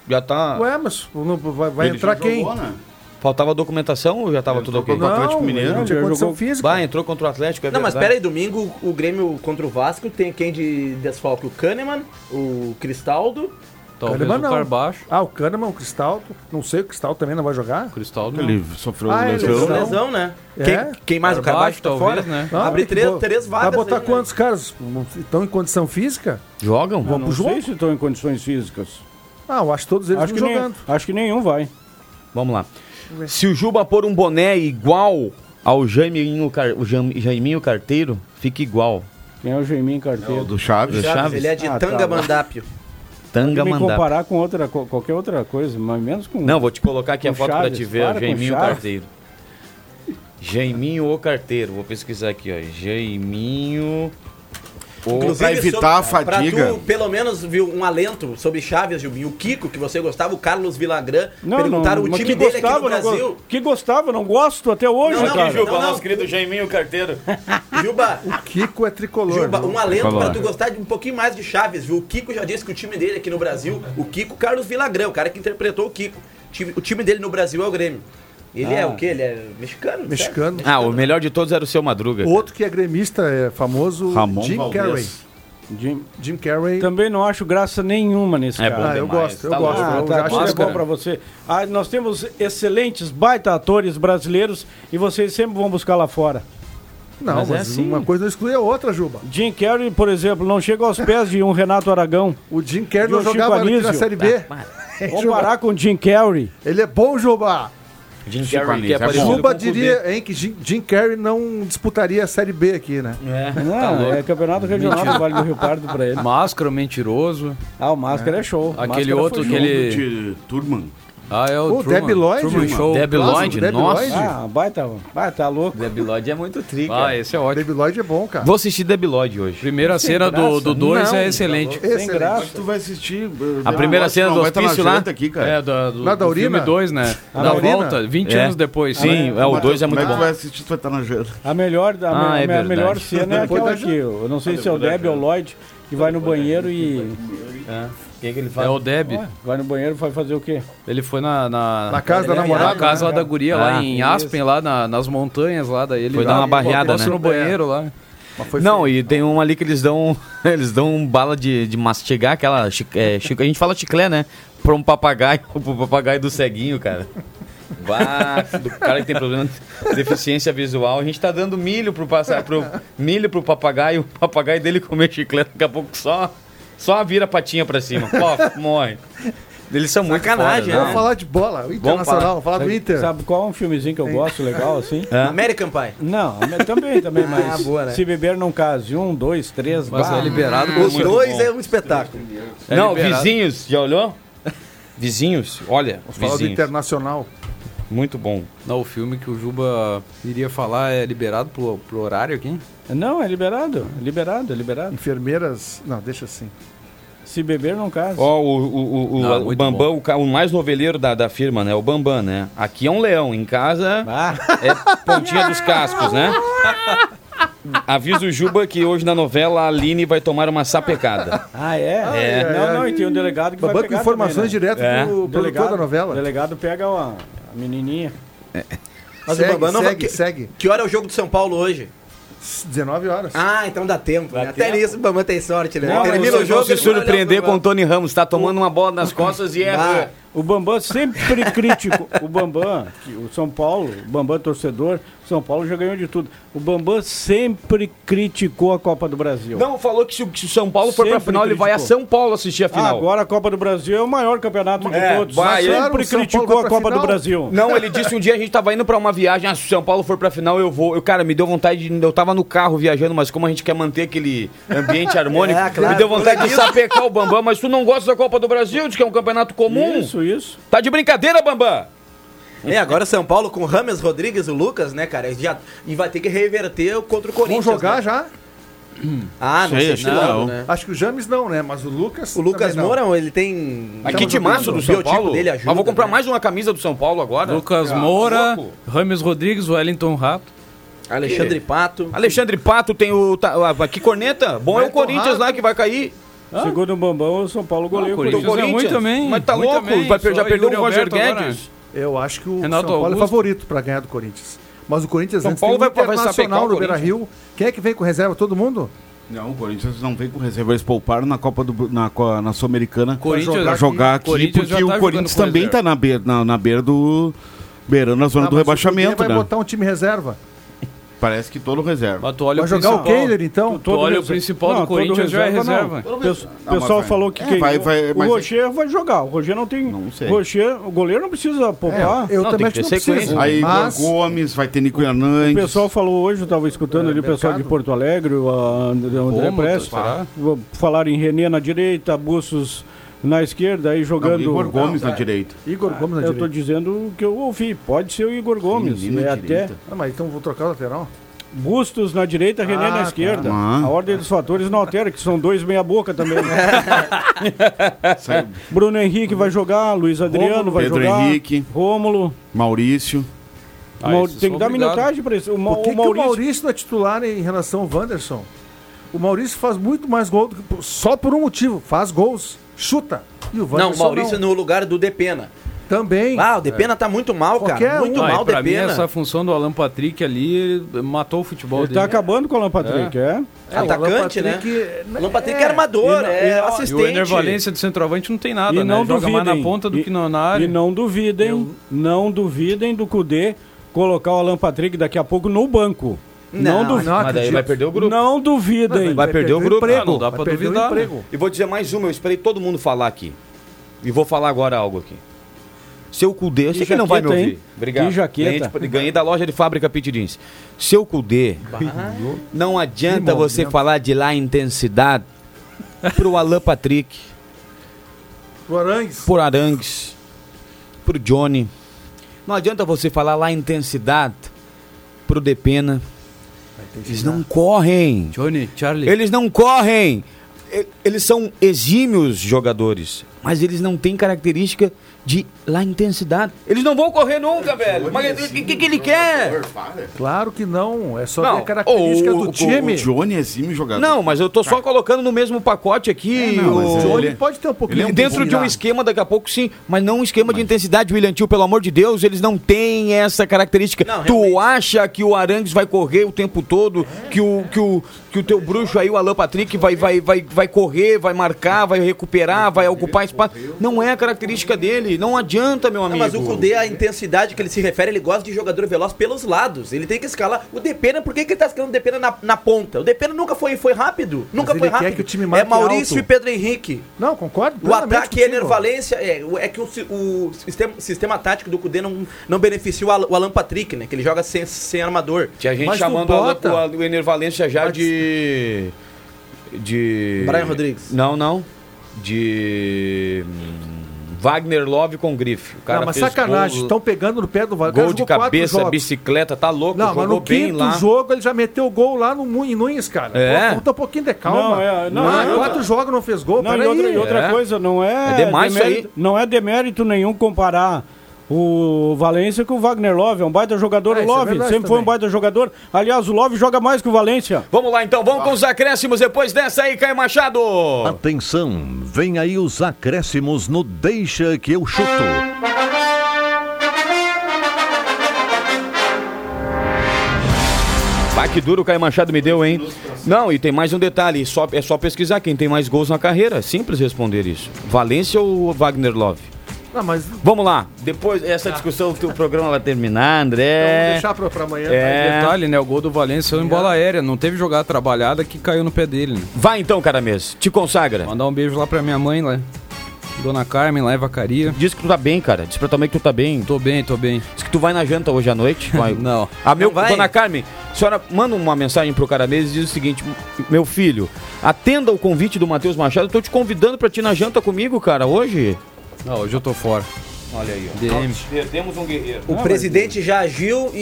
Speaker 3: Já tá.
Speaker 4: Ué, mas não- vai, vai
Speaker 10: Ele
Speaker 4: entrar
Speaker 10: já
Speaker 4: quem?
Speaker 10: jogou, né?
Speaker 3: Faltava documentação ou já tava tudo ok?
Speaker 4: contra o Não, Atlético Mineiro. ele não tinha condição física.
Speaker 3: Bah, entrou contra o Atlético, é
Speaker 9: Não, mas
Speaker 3: verdade.
Speaker 9: pera aí, domingo o Grêmio contra o Vasco tem quem de desfalque? O Kahneman, o Cristaldo. então.
Speaker 10: Talvez
Speaker 4: Kahneman
Speaker 10: o
Speaker 4: não.
Speaker 10: Carbaixo.
Speaker 4: Ah, o Kahneman, o Cristal. Não sei, o Cristal também não vai jogar?
Speaker 10: Cristal não.
Speaker 8: Ele sofreu
Speaker 4: Ah, ele
Speaker 8: lesão.
Speaker 4: Não.
Speaker 9: Lesão, né?
Speaker 4: É?
Speaker 9: Quem, quem
Speaker 10: Carbaixo,
Speaker 9: mais? o Carbaixo tá
Speaker 10: talvez,
Speaker 9: fora?
Speaker 10: né?
Speaker 4: Não, tem
Speaker 9: Abre
Speaker 4: Ah, que
Speaker 9: três,
Speaker 4: bo-
Speaker 9: três vagas.
Speaker 4: Vai botar
Speaker 9: aí, né?
Speaker 4: quantos caras? Estão em condição física?
Speaker 3: Jogam?
Speaker 6: Eu
Speaker 4: Vamos
Speaker 6: não
Speaker 4: pro
Speaker 6: sei
Speaker 4: jogo?
Speaker 6: se estão em condições físicas.
Speaker 4: Ah, eu acho todos eles
Speaker 6: Acho que,
Speaker 4: vão
Speaker 6: nem-
Speaker 4: jogando.
Speaker 6: acho que nenhum vai.
Speaker 3: Vamos lá. Se o Juba pôr um boné igual ao Jaiminho, Car... o Jam- Jaiminho Carteiro, fica igual.
Speaker 6: Quem é o Jaiminho Carteiro?
Speaker 8: O do Chaves.
Speaker 9: Chaves,
Speaker 3: Chaves?
Speaker 9: Ele é de
Speaker 6: Ah, tá,
Speaker 9: Tangamandápio.
Speaker 3: Tanga
Speaker 6: me
Speaker 3: mandar.
Speaker 6: comparar com outra, co- qualquer outra coisa, mas menos com...
Speaker 3: Não, vou te colocar aqui a
Speaker 6: Com
Speaker 3: foto pra
Speaker 6: Chaves,
Speaker 3: te ver.
Speaker 6: para com
Speaker 3: Jaiminho
Speaker 6: Chaves.
Speaker 3: Carteiro. Jaiminho ou Carteiro? Vou pesquisar aqui, ó. Jaiminho ou...
Speaker 8: Inclusive, pra evitar
Speaker 9: sobre-
Speaker 8: a fadiga.
Speaker 9: Pra tu, pelo menos, viu, um alento sobre Chaves, Gilbinho. O Kiko, que você gostava, o Carlos Villagrã, perguntaram o
Speaker 6: mas
Speaker 9: time
Speaker 6: que
Speaker 9: dele aqui no
Speaker 6: gostava, não go-
Speaker 9: Brasil.
Speaker 6: Que gostava, não gosto até hoje,
Speaker 9: Não, não,
Speaker 6: cara.
Speaker 9: que Juba, nosso
Speaker 3: querido Jaiminho Carteiro.
Speaker 9: Juba,
Speaker 4: Kiko é tricolor.
Speaker 9: Juba,
Speaker 4: viu?
Speaker 9: um alento
Speaker 8: Falou.
Speaker 9: pra tu gostar de um pouquinho mais de Chaves, viu? O Kiko já disse que o time dele aqui no Brasil, o Kiko Carlos Villagrã, o cara que interpretou o Kiko. O time, o time dele no Brasil é o Grêmio. Ele é o quê? Ele é mexicano?
Speaker 4: Mexicano.
Speaker 3: Ah, o melhor de todos era o Seu Madruga.
Speaker 4: Outro que é gremista é famoso,
Speaker 8: Ramon
Speaker 4: Jim
Speaker 8: Valdez.
Speaker 4: Carrey.
Speaker 6: Jim-
Speaker 4: Jim Carrey.
Speaker 6: Também não acho graça nenhuma nesse
Speaker 3: É
Speaker 6: cara.
Speaker 3: bom
Speaker 4: Ah, eu
Speaker 3: demais,
Speaker 4: gosto, eu
Speaker 3: tá
Speaker 4: gosto.
Speaker 6: Ah,
Speaker 4: eu
Speaker 6: tá,
Speaker 4: já
Speaker 6: aquilo é
Speaker 4: acho
Speaker 6: bom
Speaker 4: bom
Speaker 6: pra você. Ah, nós temos excelentes, baita atores brasileiros e vocês sempre vão buscar lá fora.
Speaker 4: Não,
Speaker 3: Mas
Speaker 4: mas,
Speaker 3: é assim.
Speaker 4: uma coisa não exclui a outra, Juba.
Speaker 6: Jim Carrey, por exemplo, não chega aos pés de um Renato Aragão.
Speaker 4: O Jim Carrey
Speaker 6: E
Speaker 4: não
Speaker 6: o Chico
Speaker 4: jogava aqui na
Speaker 6: Anísio?
Speaker 4: Série B. Juba.
Speaker 6: Comparar com o Jim Carrey.
Speaker 4: Ele é bom, Juba.
Speaker 3: Jim
Speaker 8: Chico
Speaker 3: Carrey, que
Speaker 8: Anísio,
Speaker 3: é
Speaker 8: é
Speaker 3: parecido
Speaker 8: bom.
Speaker 3: com o
Speaker 4: Juba
Speaker 3: Kudê.
Speaker 4: diria hein, que Jim, Jim Carrey não disputaria a Série B aqui, né?
Speaker 3: É, tá
Speaker 6: Não,
Speaker 3: louco.
Speaker 6: é campeonato regional do Vale do Rio Pardo pra ele.
Speaker 10: Máscara, o mentiroso.
Speaker 6: Ah, o Máscara é, show.
Speaker 10: Aquele
Speaker 6: Máscara
Speaker 10: outro,
Speaker 6: foi show.
Speaker 8: O
Speaker 10: aquele.
Speaker 8: de Turman.
Speaker 10: Ah, é o
Speaker 4: Pô, Debi
Speaker 10: Truman.
Speaker 4: Lloyd,
Speaker 10: Truman
Speaker 4: mano.
Speaker 10: Show.
Speaker 3: Debi
Speaker 4: Clássico,
Speaker 3: Lloyd,
Speaker 4: Debi
Speaker 3: nossa.
Speaker 4: Lloyd.
Speaker 6: Ah, baita, baita louco.
Speaker 3: Debi Lloyd é muito trica.
Speaker 10: Ah, esse é ótimo.
Speaker 4: Baby Lloyd é bom, cara.
Speaker 3: Vou assistir Debi Lloyd hoje.
Speaker 10: Primeira cena do-
Speaker 6: graça.
Speaker 10: do 2
Speaker 4: Não,
Speaker 10: é excelente.
Speaker 6: Sem
Speaker 4: Excelente.
Speaker 8: Mas
Speaker 6: graça.
Speaker 8: tu vai assistir.
Speaker 3: A primeira cena do hospício lá.
Speaker 8: tá Aqui, cara.
Speaker 10: É, do, do,
Speaker 4: Lá da
Speaker 10: do filme
Speaker 4: urina?
Speaker 10: 2, né?
Speaker 6: Ah,
Speaker 10: Da
Speaker 6: na urina?
Speaker 10: volta, 20
Speaker 3: É.
Speaker 10: anos depois.
Speaker 3: Sim, é, o 2 é
Speaker 8: Como
Speaker 3: muito
Speaker 8: é que tu
Speaker 3: bom.
Speaker 8: vai assistir? Tu vai estar na janta.
Speaker 6: A melhor, a,
Speaker 3: Ah,
Speaker 6: me-
Speaker 3: é
Speaker 6: a
Speaker 3: verdade.
Speaker 6: melhor cena é
Speaker 4: Depois
Speaker 6: aquela
Speaker 4: da
Speaker 6: que eu eu não sei se é o Deb ou o Lloyd que vai no banheiro e
Speaker 3: que, ele
Speaker 10: É o Deb.
Speaker 6: vai no banheiro e vai fazer o quê?
Speaker 10: Ele foi na. Na,
Speaker 4: Na casa da
Speaker 6: é
Speaker 10: na
Speaker 4: namorada,
Speaker 10: casa
Speaker 4: né?
Speaker 10: lá da guria, lá
Speaker 3: Ah,
Speaker 10: em
Speaker 6: isso.
Speaker 10: Aspen, lá na- nas montanhas lá. Daí ele
Speaker 3: Foi
Speaker 10: lá,
Speaker 3: dar uma barreada,
Speaker 10: Posso
Speaker 3: né?
Speaker 10: no banheiro lá.
Speaker 3: Não, e tem um ali que eles dão. Eles dão um bala de, de mastigar, aquela. chi- é, chi- a gente fala chiclé, né? Pra um papagaio, pro papagaio do ceguinho, cara. Bah, do cara que tem problema de deficiência visual. A gente tá dando milho pro, passa- pro, milho pro papagaio. O papagaio dele comer chiclete, daqui a pouco só, só vira a patinha pra cima. Pô, morre. Eles são muito
Speaker 9: Sacanagem,
Speaker 3: foda, né?
Speaker 4: Vamos falar de bola, o internacional, falar do Inter.
Speaker 6: Sabe qual é um filmezinho que eu gosto legal assim?
Speaker 9: American Pie.
Speaker 6: Não, mas também, também, mas
Speaker 9: Ah, boa, né?
Speaker 6: se beber não case, um, dois, três,
Speaker 10: Mas
Speaker 6: bah,
Speaker 10: é liberado
Speaker 9: Os
Speaker 10: muito
Speaker 9: dois
Speaker 10: bom.
Speaker 9: é um espetáculo.
Speaker 10: É
Speaker 3: Não,
Speaker 10: liberado.
Speaker 3: vizinhos, já olhou? Vizinhos, olha,
Speaker 4: Falar do
Speaker 3: vizinhos,
Speaker 4: internacional.
Speaker 3: muito bom.
Speaker 10: Não, o filme que o Juba iria falar é liberado pro, pro horário aqui.
Speaker 6: Não, é liberado, é liberado, é liberado.
Speaker 4: Enfermeiras. Não, deixa assim.
Speaker 6: Se beber não case.
Speaker 3: Ó, o, o, o, o-
Speaker 10: Ah,
Speaker 3: o
Speaker 10: muito
Speaker 3: Bambam, o, ca- o mais noveleiro da, da firma, né? O Bambam, né? Aqui é um leão, em casa
Speaker 6: Ah,
Speaker 3: é pontinha dos cascos, né? Avisa o Juba que hoje na novela a Aline vai tomar uma sapecada.
Speaker 6: ah, é?
Speaker 3: É.
Speaker 6: Não, não, e tem um delegado que vai
Speaker 4: Banco
Speaker 6: pegar
Speaker 4: informações
Speaker 6: também, né?
Speaker 4: direto
Speaker 3: É.
Speaker 4: do produtor da
Speaker 6: O
Speaker 4: novela.
Speaker 6: delegado pega uma, a menininha.
Speaker 9: Mas
Speaker 4: segue,
Speaker 9: o Babá não vai-
Speaker 4: segue,
Speaker 9: que-
Speaker 4: segue.
Speaker 9: Que hora é o jogo de São Paulo hoje?
Speaker 4: 19 horas.
Speaker 9: Ah, então dá tempo. né? Até nisso o Bambam tem sorte, né?
Speaker 6: Não,
Speaker 9: Termina
Speaker 6: vocês
Speaker 9: o jogo.
Speaker 3: se
Speaker 9: ele vai olhar o
Speaker 3: surpreender com o
Speaker 9: programa.
Speaker 11: é
Speaker 3: Tony Ramos, tá tomando uma bola nas costas e erra
Speaker 9: Ah,
Speaker 6: O Bambam sempre crítico. O Bambam, que o São Paulo, o Bambam torcedor, o São Paulo já ganhou de tudo. O Bambam sempre criticou a Copa do Brasil.
Speaker 3: Não, falou que se o, se o São Paulo for pra
Speaker 6: Sempre
Speaker 3: final, ele vai a
Speaker 6: criticou.
Speaker 3: São Paulo assistir a final.
Speaker 6: Ah, agora a Copa do Brasil é o maior campeonato de
Speaker 3: É,
Speaker 6: todos.
Speaker 3: vai,
Speaker 6: sempre
Speaker 3: é.
Speaker 6: criticou a Copa do Brasil.
Speaker 3: Não, ele disse um dia a gente tava indo pra uma viagem, ah, se o São Paulo for pra final, eu vou. Eu, cara, me deu vontade de. Eu tava no carro viajando, mas como a gente quer manter aquele ambiente harmônico,
Speaker 9: É, claro.
Speaker 3: me deu vontade de sapecar o Bambam, mas tu não gosta da Copa do Brasil, diz que é um campeonato comum.
Speaker 6: Isso, isso.
Speaker 3: Tá de brincadeira, Bambam?
Speaker 9: É, agora São Paulo com Rames Rodrigues e o Lucas, né, cara? Já, e vai ter que reverter contra o
Speaker 4: Vão
Speaker 9: Corinthians.
Speaker 4: jogar
Speaker 9: né?
Speaker 4: já?
Speaker 9: Ah, não sei,
Speaker 8: Sei,
Speaker 9: se
Speaker 8: acho que
Speaker 9: logo,
Speaker 8: não.
Speaker 9: né?
Speaker 4: Acho que o James não, né? Mas o Lucas.
Speaker 9: O Lucas
Speaker 4: também não.
Speaker 9: Moura, ele tem. um
Speaker 3: Mas que timaço do
Speaker 9: O
Speaker 3: São
Speaker 9: biotipo
Speaker 3: Paulo.
Speaker 9: Dele ajuda,
Speaker 3: Mas vou comprar
Speaker 9: né?
Speaker 3: mais uma Tá camisa do São Paulo agora.
Speaker 10: Lucas
Speaker 4: Tá.
Speaker 10: Moura, Rames Rodrigues, Wellington Rato.
Speaker 9: Alexandre Pato.
Speaker 3: Alexandre Pato tem o. Tá, ah, que corneta? Bom é o Corinthians lá que vai cair.
Speaker 6: Segundo o Bambam, o São Paulo goleou o
Speaker 10: Corinthians.
Speaker 6: Corinthians.
Speaker 10: é muito também,
Speaker 3: Mas tá
Speaker 10: muito
Speaker 3: louco?
Speaker 10: também,
Speaker 3: Vai per-
Speaker 10: só
Speaker 3: já perdeu
Speaker 10: Yuri
Speaker 3: o Roger
Speaker 10: Alberto agora.
Speaker 3: Guedes.
Speaker 4: Eu acho que o
Speaker 10: Renato
Speaker 4: São Paulo é
Speaker 10: Augusto.
Speaker 4: favorito para ganhar do Corinthians. Mas o Corinthians
Speaker 3: São
Speaker 4: antes
Speaker 3: Paulo
Speaker 4: tem
Speaker 3: vai-
Speaker 4: o
Speaker 3: vai sapecar
Speaker 4: Internacional
Speaker 3: o
Speaker 4: no Beira
Speaker 3: Corinthians.
Speaker 4: Rio. Quem é que vem com reserva? Todo mundo?
Speaker 8: Não, o Corinthians não vem com reserva. Eles pouparam na Copa do na, Co- na Sul-Americana
Speaker 10: Corinthians-
Speaker 8: pra jogar aqui,
Speaker 10: Corinthians já
Speaker 8: porque
Speaker 10: tá
Speaker 8: o
Speaker 10: jogando
Speaker 8: Corinthians
Speaker 10: com
Speaker 8: também
Speaker 10: reserva.
Speaker 8: tá na beira, na, na beira do. beirando a zona
Speaker 4: Ah,
Speaker 8: do
Speaker 4: mas o Cudê
Speaker 8: rebaixamento,
Speaker 4: vai
Speaker 8: né?
Speaker 4: botar um time reserva.
Speaker 8: Parece que todo reserva.
Speaker 10: Mas tu olha
Speaker 4: Vai jogar o
Speaker 10: principal.
Speaker 4: Kehler, então?
Speaker 10: Tu olha o
Speaker 6: reserva.
Speaker 10: principal
Speaker 6: Não,
Speaker 10: do
Speaker 6: todo
Speaker 10: Corinthians já é
Speaker 6: reserva,
Speaker 10: reserva.
Speaker 6: não. Pesso-
Speaker 8: Não, mas
Speaker 6: pessoal
Speaker 8: vai.
Speaker 6: falou que
Speaker 8: É,
Speaker 6: quem-
Speaker 8: vai- vai-
Speaker 6: o
Speaker 8: mas-
Speaker 6: Rocher vai jogar. O Rocher não tem.
Speaker 8: Não sei.
Speaker 6: O Rocher, o goleiro não precisa poupar.
Speaker 4: É, eu
Speaker 3: Não,
Speaker 4: também
Speaker 3: tem que
Speaker 4: acho que não
Speaker 3: ter sequência.
Speaker 4: precisa.
Speaker 8: Aí
Speaker 4: mas
Speaker 8: Igor Gomes, vai ter Nico
Speaker 6: O
Speaker 8: Hernandes.
Speaker 6: pessoal falou hoje, eu estava escutando ali o pessoal de
Speaker 4: mercado.
Speaker 6: Porto Alegre, o André, o André
Speaker 10: Cômodo,
Speaker 6: Prestes,
Speaker 10: será?
Speaker 6: vou- Falaram em René na direita, Bussos na esquerda, aí
Speaker 8: Não,
Speaker 6: jogando.
Speaker 8: Igor Gomes na direita.
Speaker 4: Igor Gomes na
Speaker 6: Eu estou
Speaker 4: direita.
Speaker 6: dizendo o que eu ouvi. Pode ser o Igor Gomes.
Speaker 8: Menino
Speaker 6: né,
Speaker 8: direita.
Speaker 6: até
Speaker 4: Ah, mas então vou trocar o lateral?
Speaker 6: Bustos na direita, René
Speaker 4: Ah,
Speaker 6: na
Speaker 4: tá.
Speaker 6: esquerda.
Speaker 8: Ah.
Speaker 6: A ordem dos fatores não altera, que são dois meia-boca também. né?
Speaker 8: Sai-
Speaker 6: Bruno Henrique vai jogar, Luiz Adriano
Speaker 8: Rômulo,
Speaker 6: vai
Speaker 8: Pedro
Speaker 6: jogar.
Speaker 8: Henrique.
Speaker 6: Rômulo.
Speaker 8: Maurício.
Speaker 10: Ah,
Speaker 6: Mau-
Speaker 10: esses
Speaker 6: tem
Speaker 10: são
Speaker 6: que dar
Speaker 10: obrigado.
Speaker 6: minutagem para esse. O, Ma-
Speaker 4: Por que,
Speaker 6: o
Speaker 4: que o
Speaker 6: Maurício.
Speaker 4: Maurício não é titular em relação ao Wanderson? O Maurício faz muito mais gol do que, só por um motivo. Faz gols, chuta. E o
Speaker 9: Não,
Speaker 4: Wanderson
Speaker 9: Maurício no lugar do Depena.
Speaker 4: Também.
Speaker 9: Ah, o Depena tá muito mal, cara.
Speaker 4: Qualquer
Speaker 9: muito
Speaker 4: um.
Speaker 10: Ah,
Speaker 9: mal,
Speaker 10: e pra
Speaker 3: é
Speaker 10: mim,
Speaker 9: Depena.
Speaker 10: essa função do Alan Patrick ali ele matou o futebol
Speaker 6: Ele
Speaker 10: dele.
Speaker 6: tá acabando com o Alan Patrick, é?
Speaker 9: Atacante, né?
Speaker 4: né?
Speaker 9: Alan Patrick é armador,
Speaker 6: E
Speaker 9: é
Speaker 6: não- e não-
Speaker 10: E o Ener
Speaker 9: assistente.
Speaker 10: Valência do centroavante não tem nada,
Speaker 6: E
Speaker 10: né?
Speaker 6: não
Speaker 10: Joga mais na
Speaker 6: duvidem.
Speaker 10: ponta do
Speaker 6: E-
Speaker 10: que na na área.
Speaker 6: E não duvidem, não duvidem do Cudê colocar o Alan Patrick daqui a pouco no banco. Não,
Speaker 9: Não,
Speaker 6: duvidem.
Speaker 3: Mas daí vai perder o grupo.
Speaker 6: Não duvidem.
Speaker 3: Vai perder o grupo.
Speaker 6: emprego.
Speaker 10: Ah, não dá pra
Speaker 4: Vai perder o
Speaker 10: duvidar. né?
Speaker 4: emprego.
Speaker 3: E vou dizer mais uma, eu esperei todo mundo falar aqui. E vou falar agora algo aqui. Seu Cudê, eu
Speaker 6: Que
Speaker 3: sei que ele não vai me
Speaker 6: jaqueta,
Speaker 3: ouvir.
Speaker 6: hein?
Speaker 3: Obrigado.
Speaker 6: Que jaqueta.
Speaker 3: Ganhei, de- ganhei da loja de fábrica Pit Jeans. Seu Cudê, não adianta você falar de lá intensidade pro Alan Patrick,
Speaker 4: O Arangues.
Speaker 3: pro Arangues, pro Johnny. Não adianta você falar lá intensidade pro Depena. Eles não correm.
Speaker 10: Johnny, Charlie.
Speaker 3: Eles não correm. E- Eles são exímios jogadores, mas eles não têm característica de lá intensidade. Eles não vão correr nunca, velho. Mas o que, que, que ele quer?
Speaker 4: Claro que não. É só
Speaker 3: Não,
Speaker 4: ver a característica
Speaker 3: ou-
Speaker 4: do
Speaker 8: O
Speaker 4: time.
Speaker 8: Johnny é exime jogador.
Speaker 3: Não, mas eu tô só colocando no mesmo pacote aqui.
Speaker 8: não, mas
Speaker 3: o-
Speaker 8: Tá. é-
Speaker 4: Johnny
Speaker 8: ele-
Speaker 4: pode ter um pouquinho
Speaker 8: ele é um
Speaker 3: Dentro de um
Speaker 4: bom-
Speaker 3: esquema, daqui a pouco sim, mas não um esquema de intensidade. William Tio, pelo amor de Deus, eles não têm essa característica.
Speaker 9: Não,
Speaker 3: tu
Speaker 9: realmente. É.
Speaker 3: acha que o Arangues vai correr o tempo todo, que o, que o, que o teu bruxo aí, o Alan Patrick, vai, vai, vai, vai correr, vai marcar, vai recuperar, vai ocupar espaço. Não é a característica dele. Não adianta, meu
Speaker 9: Não,
Speaker 3: amigo.
Speaker 9: mas o Cudê, a intensidade que ele se refere, ele gosta de jogador veloz pelos lados. Ele tem que escalar. O Depena, por que, que ele tá escalando o Depena na, na ponta? O Depena nunca foi, foi rápido. Nunca
Speaker 4: ele
Speaker 9: foi
Speaker 4: quer
Speaker 9: rápido.
Speaker 4: que o time
Speaker 9: é
Speaker 4: marque
Speaker 9: Maurício
Speaker 4: alto.
Speaker 9: e Pedro Henrique.
Speaker 4: Não, concordo.
Speaker 9: O
Speaker 4: plenamente
Speaker 9: ataque é
Speaker 4: contigo.
Speaker 9: Valência. É, o- é que o, si- o sistema, sistema tático do Cudê não, não beneficia o Al- o Alan Patrick, né? Que ele joga sem, sem armador.
Speaker 3: Tinha gente
Speaker 4: Mas tu
Speaker 3: chamando
Speaker 4: bota-
Speaker 3: o, Alan- o Ener Valência já
Speaker 4: Mas-
Speaker 3: de. De.
Speaker 9: Brian Rodrigues.
Speaker 3: Não, não. De. hum, Wagner Love com grife. O cara
Speaker 4: não, mas
Speaker 3: fez
Speaker 4: sacanagem. Então,
Speaker 3: gol-
Speaker 4: Estão pegando no pé do Valência.
Speaker 3: Gol de cabeça, bicicleta, tá louco,
Speaker 4: Não, mas
Speaker 3: jogou
Speaker 4: no
Speaker 3: bem
Speaker 4: quinto
Speaker 3: lá.
Speaker 4: jogo ele já meteu o gol lá no Mu- em Nunes, cara.
Speaker 3: É.
Speaker 4: Pô, Falta um pouquinho de calma.
Speaker 6: Não, é, não,
Speaker 4: Ah,
Speaker 6: não, não.
Speaker 4: quatro jogos não fez gol,
Speaker 6: Não,
Speaker 4: peraí.
Speaker 6: e outra, e outra
Speaker 3: É.
Speaker 6: coisa, não é,
Speaker 3: É demais isso aí.
Speaker 6: demérito, não é demérito nenhum comparar o Valência com o Wagner Love. É um baita jogador,
Speaker 4: É,
Speaker 6: o
Speaker 4: isso é
Speaker 6: Love.
Speaker 4: verdade
Speaker 6: Sempre foi um
Speaker 4: também.
Speaker 6: baita jogador. Aliás, o Love joga mais que o Valência.
Speaker 3: Vamos lá então, vamos com os acréscimos depois dessa aí, Caio Machado.
Speaker 12: Atenção, vem aí os acréscimos no Deixa que eu chuto.
Speaker 3: Pá, que duro o Caio Machado me deu, hein? Não, e tem mais um detalhe, só, é só pesquisar quem tem mais gols na carreira. Simples responder isso. Valência ou Wagner Love?
Speaker 4: Ah,
Speaker 3: Vamos lá.
Speaker 13: Depois, essa discussão que o programa vai terminar, André.
Speaker 4: deixar pra, pra amanhã. tá?
Speaker 10: É.
Speaker 13: É.
Speaker 10: Detalhe, né? O gol do Valência foi em bola aérea. Não teve jogada trabalhada que caiu no pé dele. né?
Speaker 3: Vai então, cara mesmo. Te consagra.
Speaker 10: Mandar um beijo lá pra minha mãe, lá. Dona Carmen, lá em Vacaria.
Speaker 3: Diz que tu tá bem, cara. Diz pra tua mãe que tu tá bem.
Speaker 10: Tô bem, tô bem.
Speaker 3: Diz que tu vai na janta hoje à noite. Vai.
Speaker 10: Não.
Speaker 3: A meu,
Speaker 10: Não vai?
Speaker 3: Dona Carmen, a senhora manda uma mensagem pro cara mesmo e diz o seguinte: Meu filho, atenda o convite do Matheus Machado. Eu tô te convidando pra ti na janta comigo, cara, hoje.
Speaker 10: Não, hoje eu tô fora.
Speaker 3: Olha aí, ó.
Speaker 10: DM.
Speaker 3: Perdemos um guerreiro.
Speaker 9: O presidente já agiu e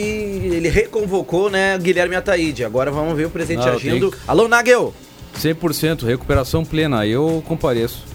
Speaker 9: ele reconvocou, né, Guilherme Ataíde. Agora vamos ver o presidente
Speaker 10: Não, eu
Speaker 9: agindo.
Speaker 10: tenho
Speaker 9: Alô, Nagel!
Speaker 10: 100%, recuperação plena. Aí eu compareço.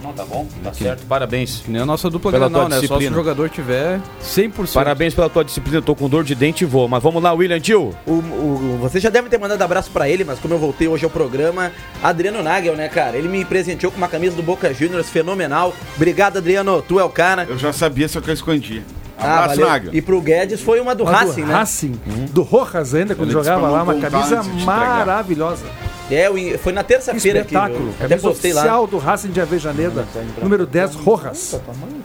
Speaker 3: Não, tá bom, tá certo. Parabéns.
Speaker 10: Que nem a nossa dupla
Speaker 3: Pela
Speaker 10: Granal,
Speaker 3: tua
Speaker 10: né? Só se o
Speaker 3: disciplina.
Speaker 10: jogador tiver 100%.
Speaker 3: Parabéns pela tua disciplina. Eu tô com dor de dente e vou. Mas vamos lá, William Tio.
Speaker 9: O, o- você já deve ter mandado abraço pra ele, mas como eu voltei hoje ao programa, Adriano Nagel, né, cara? Ele me presenteou com uma camisa do Boca Juniors fenomenal. Obrigado, Adriano. Tu é o cara.
Speaker 8: Eu já sabia, só que eu escondi.
Speaker 9: Ah,
Speaker 8: Abraço,
Speaker 9: valeu.
Speaker 8: Naga.
Speaker 9: E pro Guedes foi uma do
Speaker 4: Uma do
Speaker 9: Racing, né?
Speaker 4: Racing. Do Rojas ainda, quando
Speaker 9: Ele disse
Speaker 4: jogava
Speaker 9: pra
Speaker 4: lá,
Speaker 9: não
Speaker 4: uma
Speaker 9: voltar
Speaker 4: camisa
Speaker 9: antes de entregar.
Speaker 4: maravilhosa.
Speaker 9: É, o- foi na terça-feira que
Speaker 4: Espetáculo.
Speaker 9: eu até
Speaker 4: Camisa
Speaker 9: postei lá.
Speaker 4: oficial do Racing de Avejaneda, número 10, Rojas.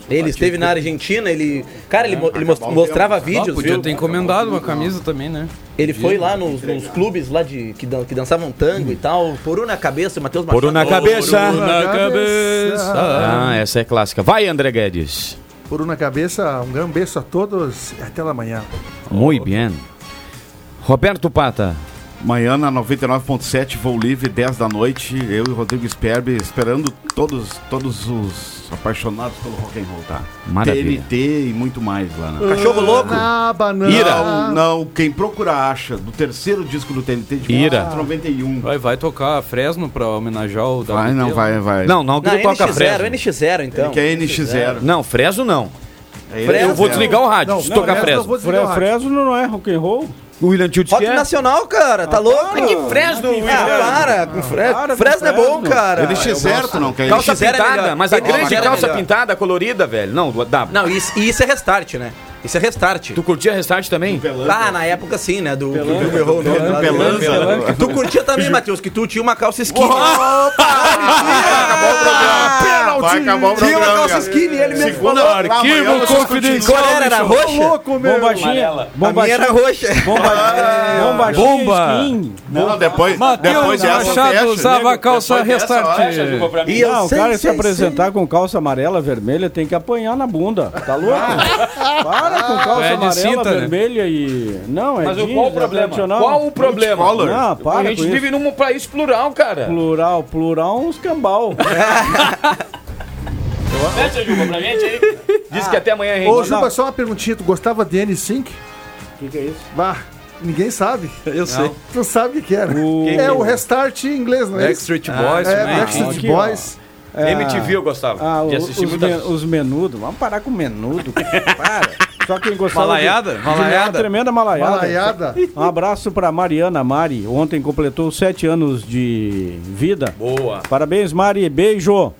Speaker 9: Ele esteve na Argentina, ele. Cara, ele, mo- ele mos-
Speaker 4: acabou.
Speaker 9: mostrava
Speaker 4: Ah,
Speaker 9: vídeos,
Speaker 10: podia
Speaker 9: viu?
Speaker 10: ter encomendado uma camisa também, né?
Speaker 9: Ele foi
Speaker 10: Podia
Speaker 9: lá nos,
Speaker 10: entregar.
Speaker 9: nos clubes lá de, que, dan- que dançavam tango e tal. Poru na cabeça, o Matheus
Speaker 3: Poru um na cabeça.
Speaker 9: Poru na cabeça.
Speaker 3: Ah, essa é clássica. Vai, André Guedes.
Speaker 4: Por na cabeça, um grande beijo a todos. Até lá amanhã.
Speaker 3: Muito bem. Roberto Pata.
Speaker 8: Amanhã na 99.7, voo livre, 10 da noite. Eu e o Rodrigo Sperbe esperando todos, todos os apaixonados pelo rock and roll, tá?
Speaker 3: Maravilha.
Speaker 8: TNT e muito mais lá. Na...
Speaker 9: Cachorro louco?
Speaker 4: Na banana.
Speaker 8: Ira. Não, não, quem procura acha. Do terceiro disco do TNT de
Speaker 10: Ira.
Speaker 8: 91.
Speaker 10: Vai, vai tocar Fresno pra homenagear o
Speaker 8: Vai, não, vai, vai. É
Speaker 3: Não, não, que
Speaker 9: Na
Speaker 3: tu toca
Speaker 9: NX0,
Speaker 3: Fresno.
Speaker 9: NX0, então.
Speaker 8: Ele quer NX0.
Speaker 3: Não, Fresno não.
Speaker 8: É
Speaker 3: Eu vou
Speaker 8: NX0.
Speaker 3: desligar o rádio, se tocar Fresno.
Speaker 6: Fre- Fresno não é rock and roll?
Speaker 3: O William Tio disse
Speaker 9: Rock
Speaker 3: que é.
Speaker 9: nacional, cara, tá louco?
Speaker 3: Mas que Fresno,
Speaker 9: Ah, para, com Fresno. Fresno é bom, cara.
Speaker 8: NX0 tu não quer.
Speaker 3: Calça
Speaker 9: NX0 é
Speaker 3: pintada,
Speaker 9: melhor.
Speaker 3: mas a
Speaker 9: NX0
Speaker 3: grande
Speaker 9: é
Speaker 3: calça
Speaker 9: melhor.
Speaker 3: pintada, colorida, velho. Não, do- dá.
Speaker 9: Não, isso, e isso é restart, né? Isso é restart.
Speaker 3: Tu curtia restart também?
Speaker 9: Ah, na época sim, né? Do do- do- errou o nome lá do-
Speaker 8: Pelanca. Pelanca.
Speaker 9: Tu curtia também, Matheus, que tu tinha uma calça skinny.
Speaker 8: Vai acabar o
Speaker 9: Tinha
Speaker 8: programa.
Speaker 9: uma calça
Speaker 8: cara.
Speaker 9: skinny, ele mesmo
Speaker 8: Segunda,
Speaker 9: falou.
Speaker 8: lá, amanhã nós
Speaker 9: confidencial. Qual era? Era
Speaker 6: bicho.
Speaker 9: roxa?
Speaker 6: Ô, louco, meu. Bombadinha.
Speaker 9: A minha era roxa.
Speaker 6: Bomba.
Speaker 10: Ah, Bomba.
Speaker 8: Não, depois, depois
Speaker 10: Matheus
Speaker 8: dessa fecha,
Speaker 10: Machado usava
Speaker 8: nego,
Speaker 10: calça
Speaker 8: depois dessa, ó,
Speaker 10: restart.
Speaker 8: fecha, nego, pra mim.
Speaker 6: E não, Ah, o cara se apresentar com calça amarela, vermelha, tem que apanhar na bunda. Tá louco? Para com calça
Speaker 10: É de
Speaker 6: amarela,
Speaker 10: cinta, né?
Speaker 6: vermelha e. Não, é
Speaker 3: Mas o-
Speaker 6: jeans,
Speaker 3: qual o
Speaker 6: é
Speaker 3: problema?
Speaker 6: tradicional.
Speaker 3: Qual o problema?
Speaker 6: Multicolor. Não, Ah, para
Speaker 3: a gente
Speaker 6: com isso.
Speaker 3: vive num país plural, cara.
Speaker 6: Plural, plural, uns cambal.
Speaker 3: Fecha a Juba pra é gente aí. Diz que até amanhã, gente.
Speaker 4: Ô, Juba, só uma perguntinha. Tu gostava de N5?
Speaker 6: O que, que é isso?
Speaker 4: Bah, ninguém sabe. Eu
Speaker 10: sei.
Speaker 4: Tu sabe o que que era. É o restart em inglês, não é isso?
Speaker 10: Backstreet Boys
Speaker 4: É,
Speaker 10: também.
Speaker 4: Backstreet
Speaker 6: Aqui, ó.
Speaker 4: Boys.
Speaker 6: É,
Speaker 3: MTV eu gostava.
Speaker 6: Ah,
Speaker 3: de
Speaker 6: o- os,
Speaker 3: assistir muita...
Speaker 6: men- os menudo. Vamos parar com menudo. cara. Para. Só quem gostava. de-
Speaker 10: Malaiada?
Speaker 6: de
Speaker 10: Malaiada?
Speaker 6: uma tremenda malaiada.
Speaker 4: Malaiada.
Speaker 6: Um abraço pra Mariana Mari. Ontem completou sete anos de vida.
Speaker 3: Boa.
Speaker 6: Parabéns, Mari. Beijo.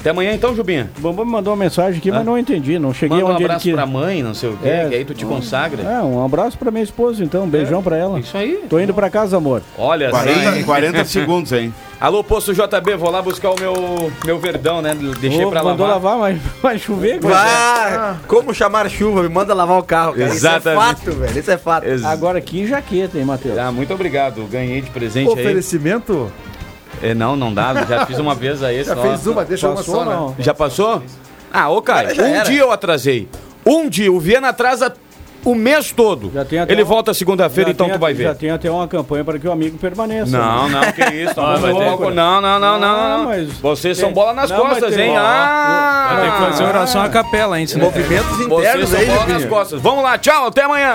Speaker 3: Até amanhã então, Jubinha.
Speaker 6: O Bambam me mandou uma mensagem aqui, mas não entendi. Não cheguei
Speaker 3: Manda um
Speaker 6: onde ele
Speaker 3: abraço
Speaker 6: quis.
Speaker 3: pra mãe, não sei o quê,
Speaker 6: É,
Speaker 3: que aí tu te
Speaker 6: não.
Speaker 3: consagra.
Speaker 6: É, um abraço pra minha esposa, então. Um beijão pra ela.
Speaker 3: É. Isso aí.
Speaker 6: Tô indo pra casa, amor.
Speaker 3: Olha só.
Speaker 8: 40, 40 segundos, hein?
Speaker 3: Alô, Poço JB, vou lá buscar o meu, meu verdão, né? Deixei
Speaker 6: Ô,
Speaker 3: pra
Speaker 6: mandou
Speaker 3: lavar.
Speaker 6: lavar, mas vai chover. cara.
Speaker 9: Vá! Como chamar chuva? Me manda lavar o carro, cara.
Speaker 3: Exatamente.
Speaker 9: Isso é fato, velho. Isso é fato.
Speaker 3: Ex-
Speaker 6: Agora que jaqueta, hein, Matheus?
Speaker 3: Ah, muito obrigado. Ganhei de presente
Speaker 4: Oferecimento?
Speaker 3: aí. É, não, não dá. Já fiz uma vez aí.
Speaker 4: Já
Speaker 3: só-
Speaker 4: fez uma, deixa uma
Speaker 6: Passou
Speaker 4: só,
Speaker 6: ou
Speaker 4: né?
Speaker 6: não?
Speaker 3: Já passou? Ah, ô Caio,
Speaker 9: Cara, já
Speaker 3: um
Speaker 9: era.
Speaker 3: dia eu atrasei. Um dia. O Viana atrasa o mês todo.
Speaker 6: Já tem até
Speaker 3: Ele
Speaker 6: um-
Speaker 3: volta segunda-feira,
Speaker 6: Já
Speaker 3: então
Speaker 6: tem
Speaker 3: tu vai
Speaker 6: até- Já
Speaker 3: ver.
Speaker 6: tem até uma campanha para que o amigo permaneça.
Speaker 3: Não,
Speaker 6: né?
Speaker 3: não, que isso. Não,
Speaker 6: Ah, vai ter-
Speaker 3: não, não, não, não,
Speaker 6: Ah,
Speaker 3: não.
Speaker 6: mas
Speaker 3: Vocês
Speaker 6: tem-
Speaker 3: são bola nas
Speaker 6: Não, mas
Speaker 3: costas,
Speaker 6: tem-
Speaker 3: hein?
Speaker 6: Ó,
Speaker 3: Ah!
Speaker 10: Tem que fazer oração à capela, hein? senão-
Speaker 9: Movimentos
Speaker 3: Vocês
Speaker 9: internos
Speaker 3: são
Speaker 9: aí,
Speaker 3: bola nas
Speaker 9: Juninho.
Speaker 3: costas. Vamos lá, tchau, até amanhã.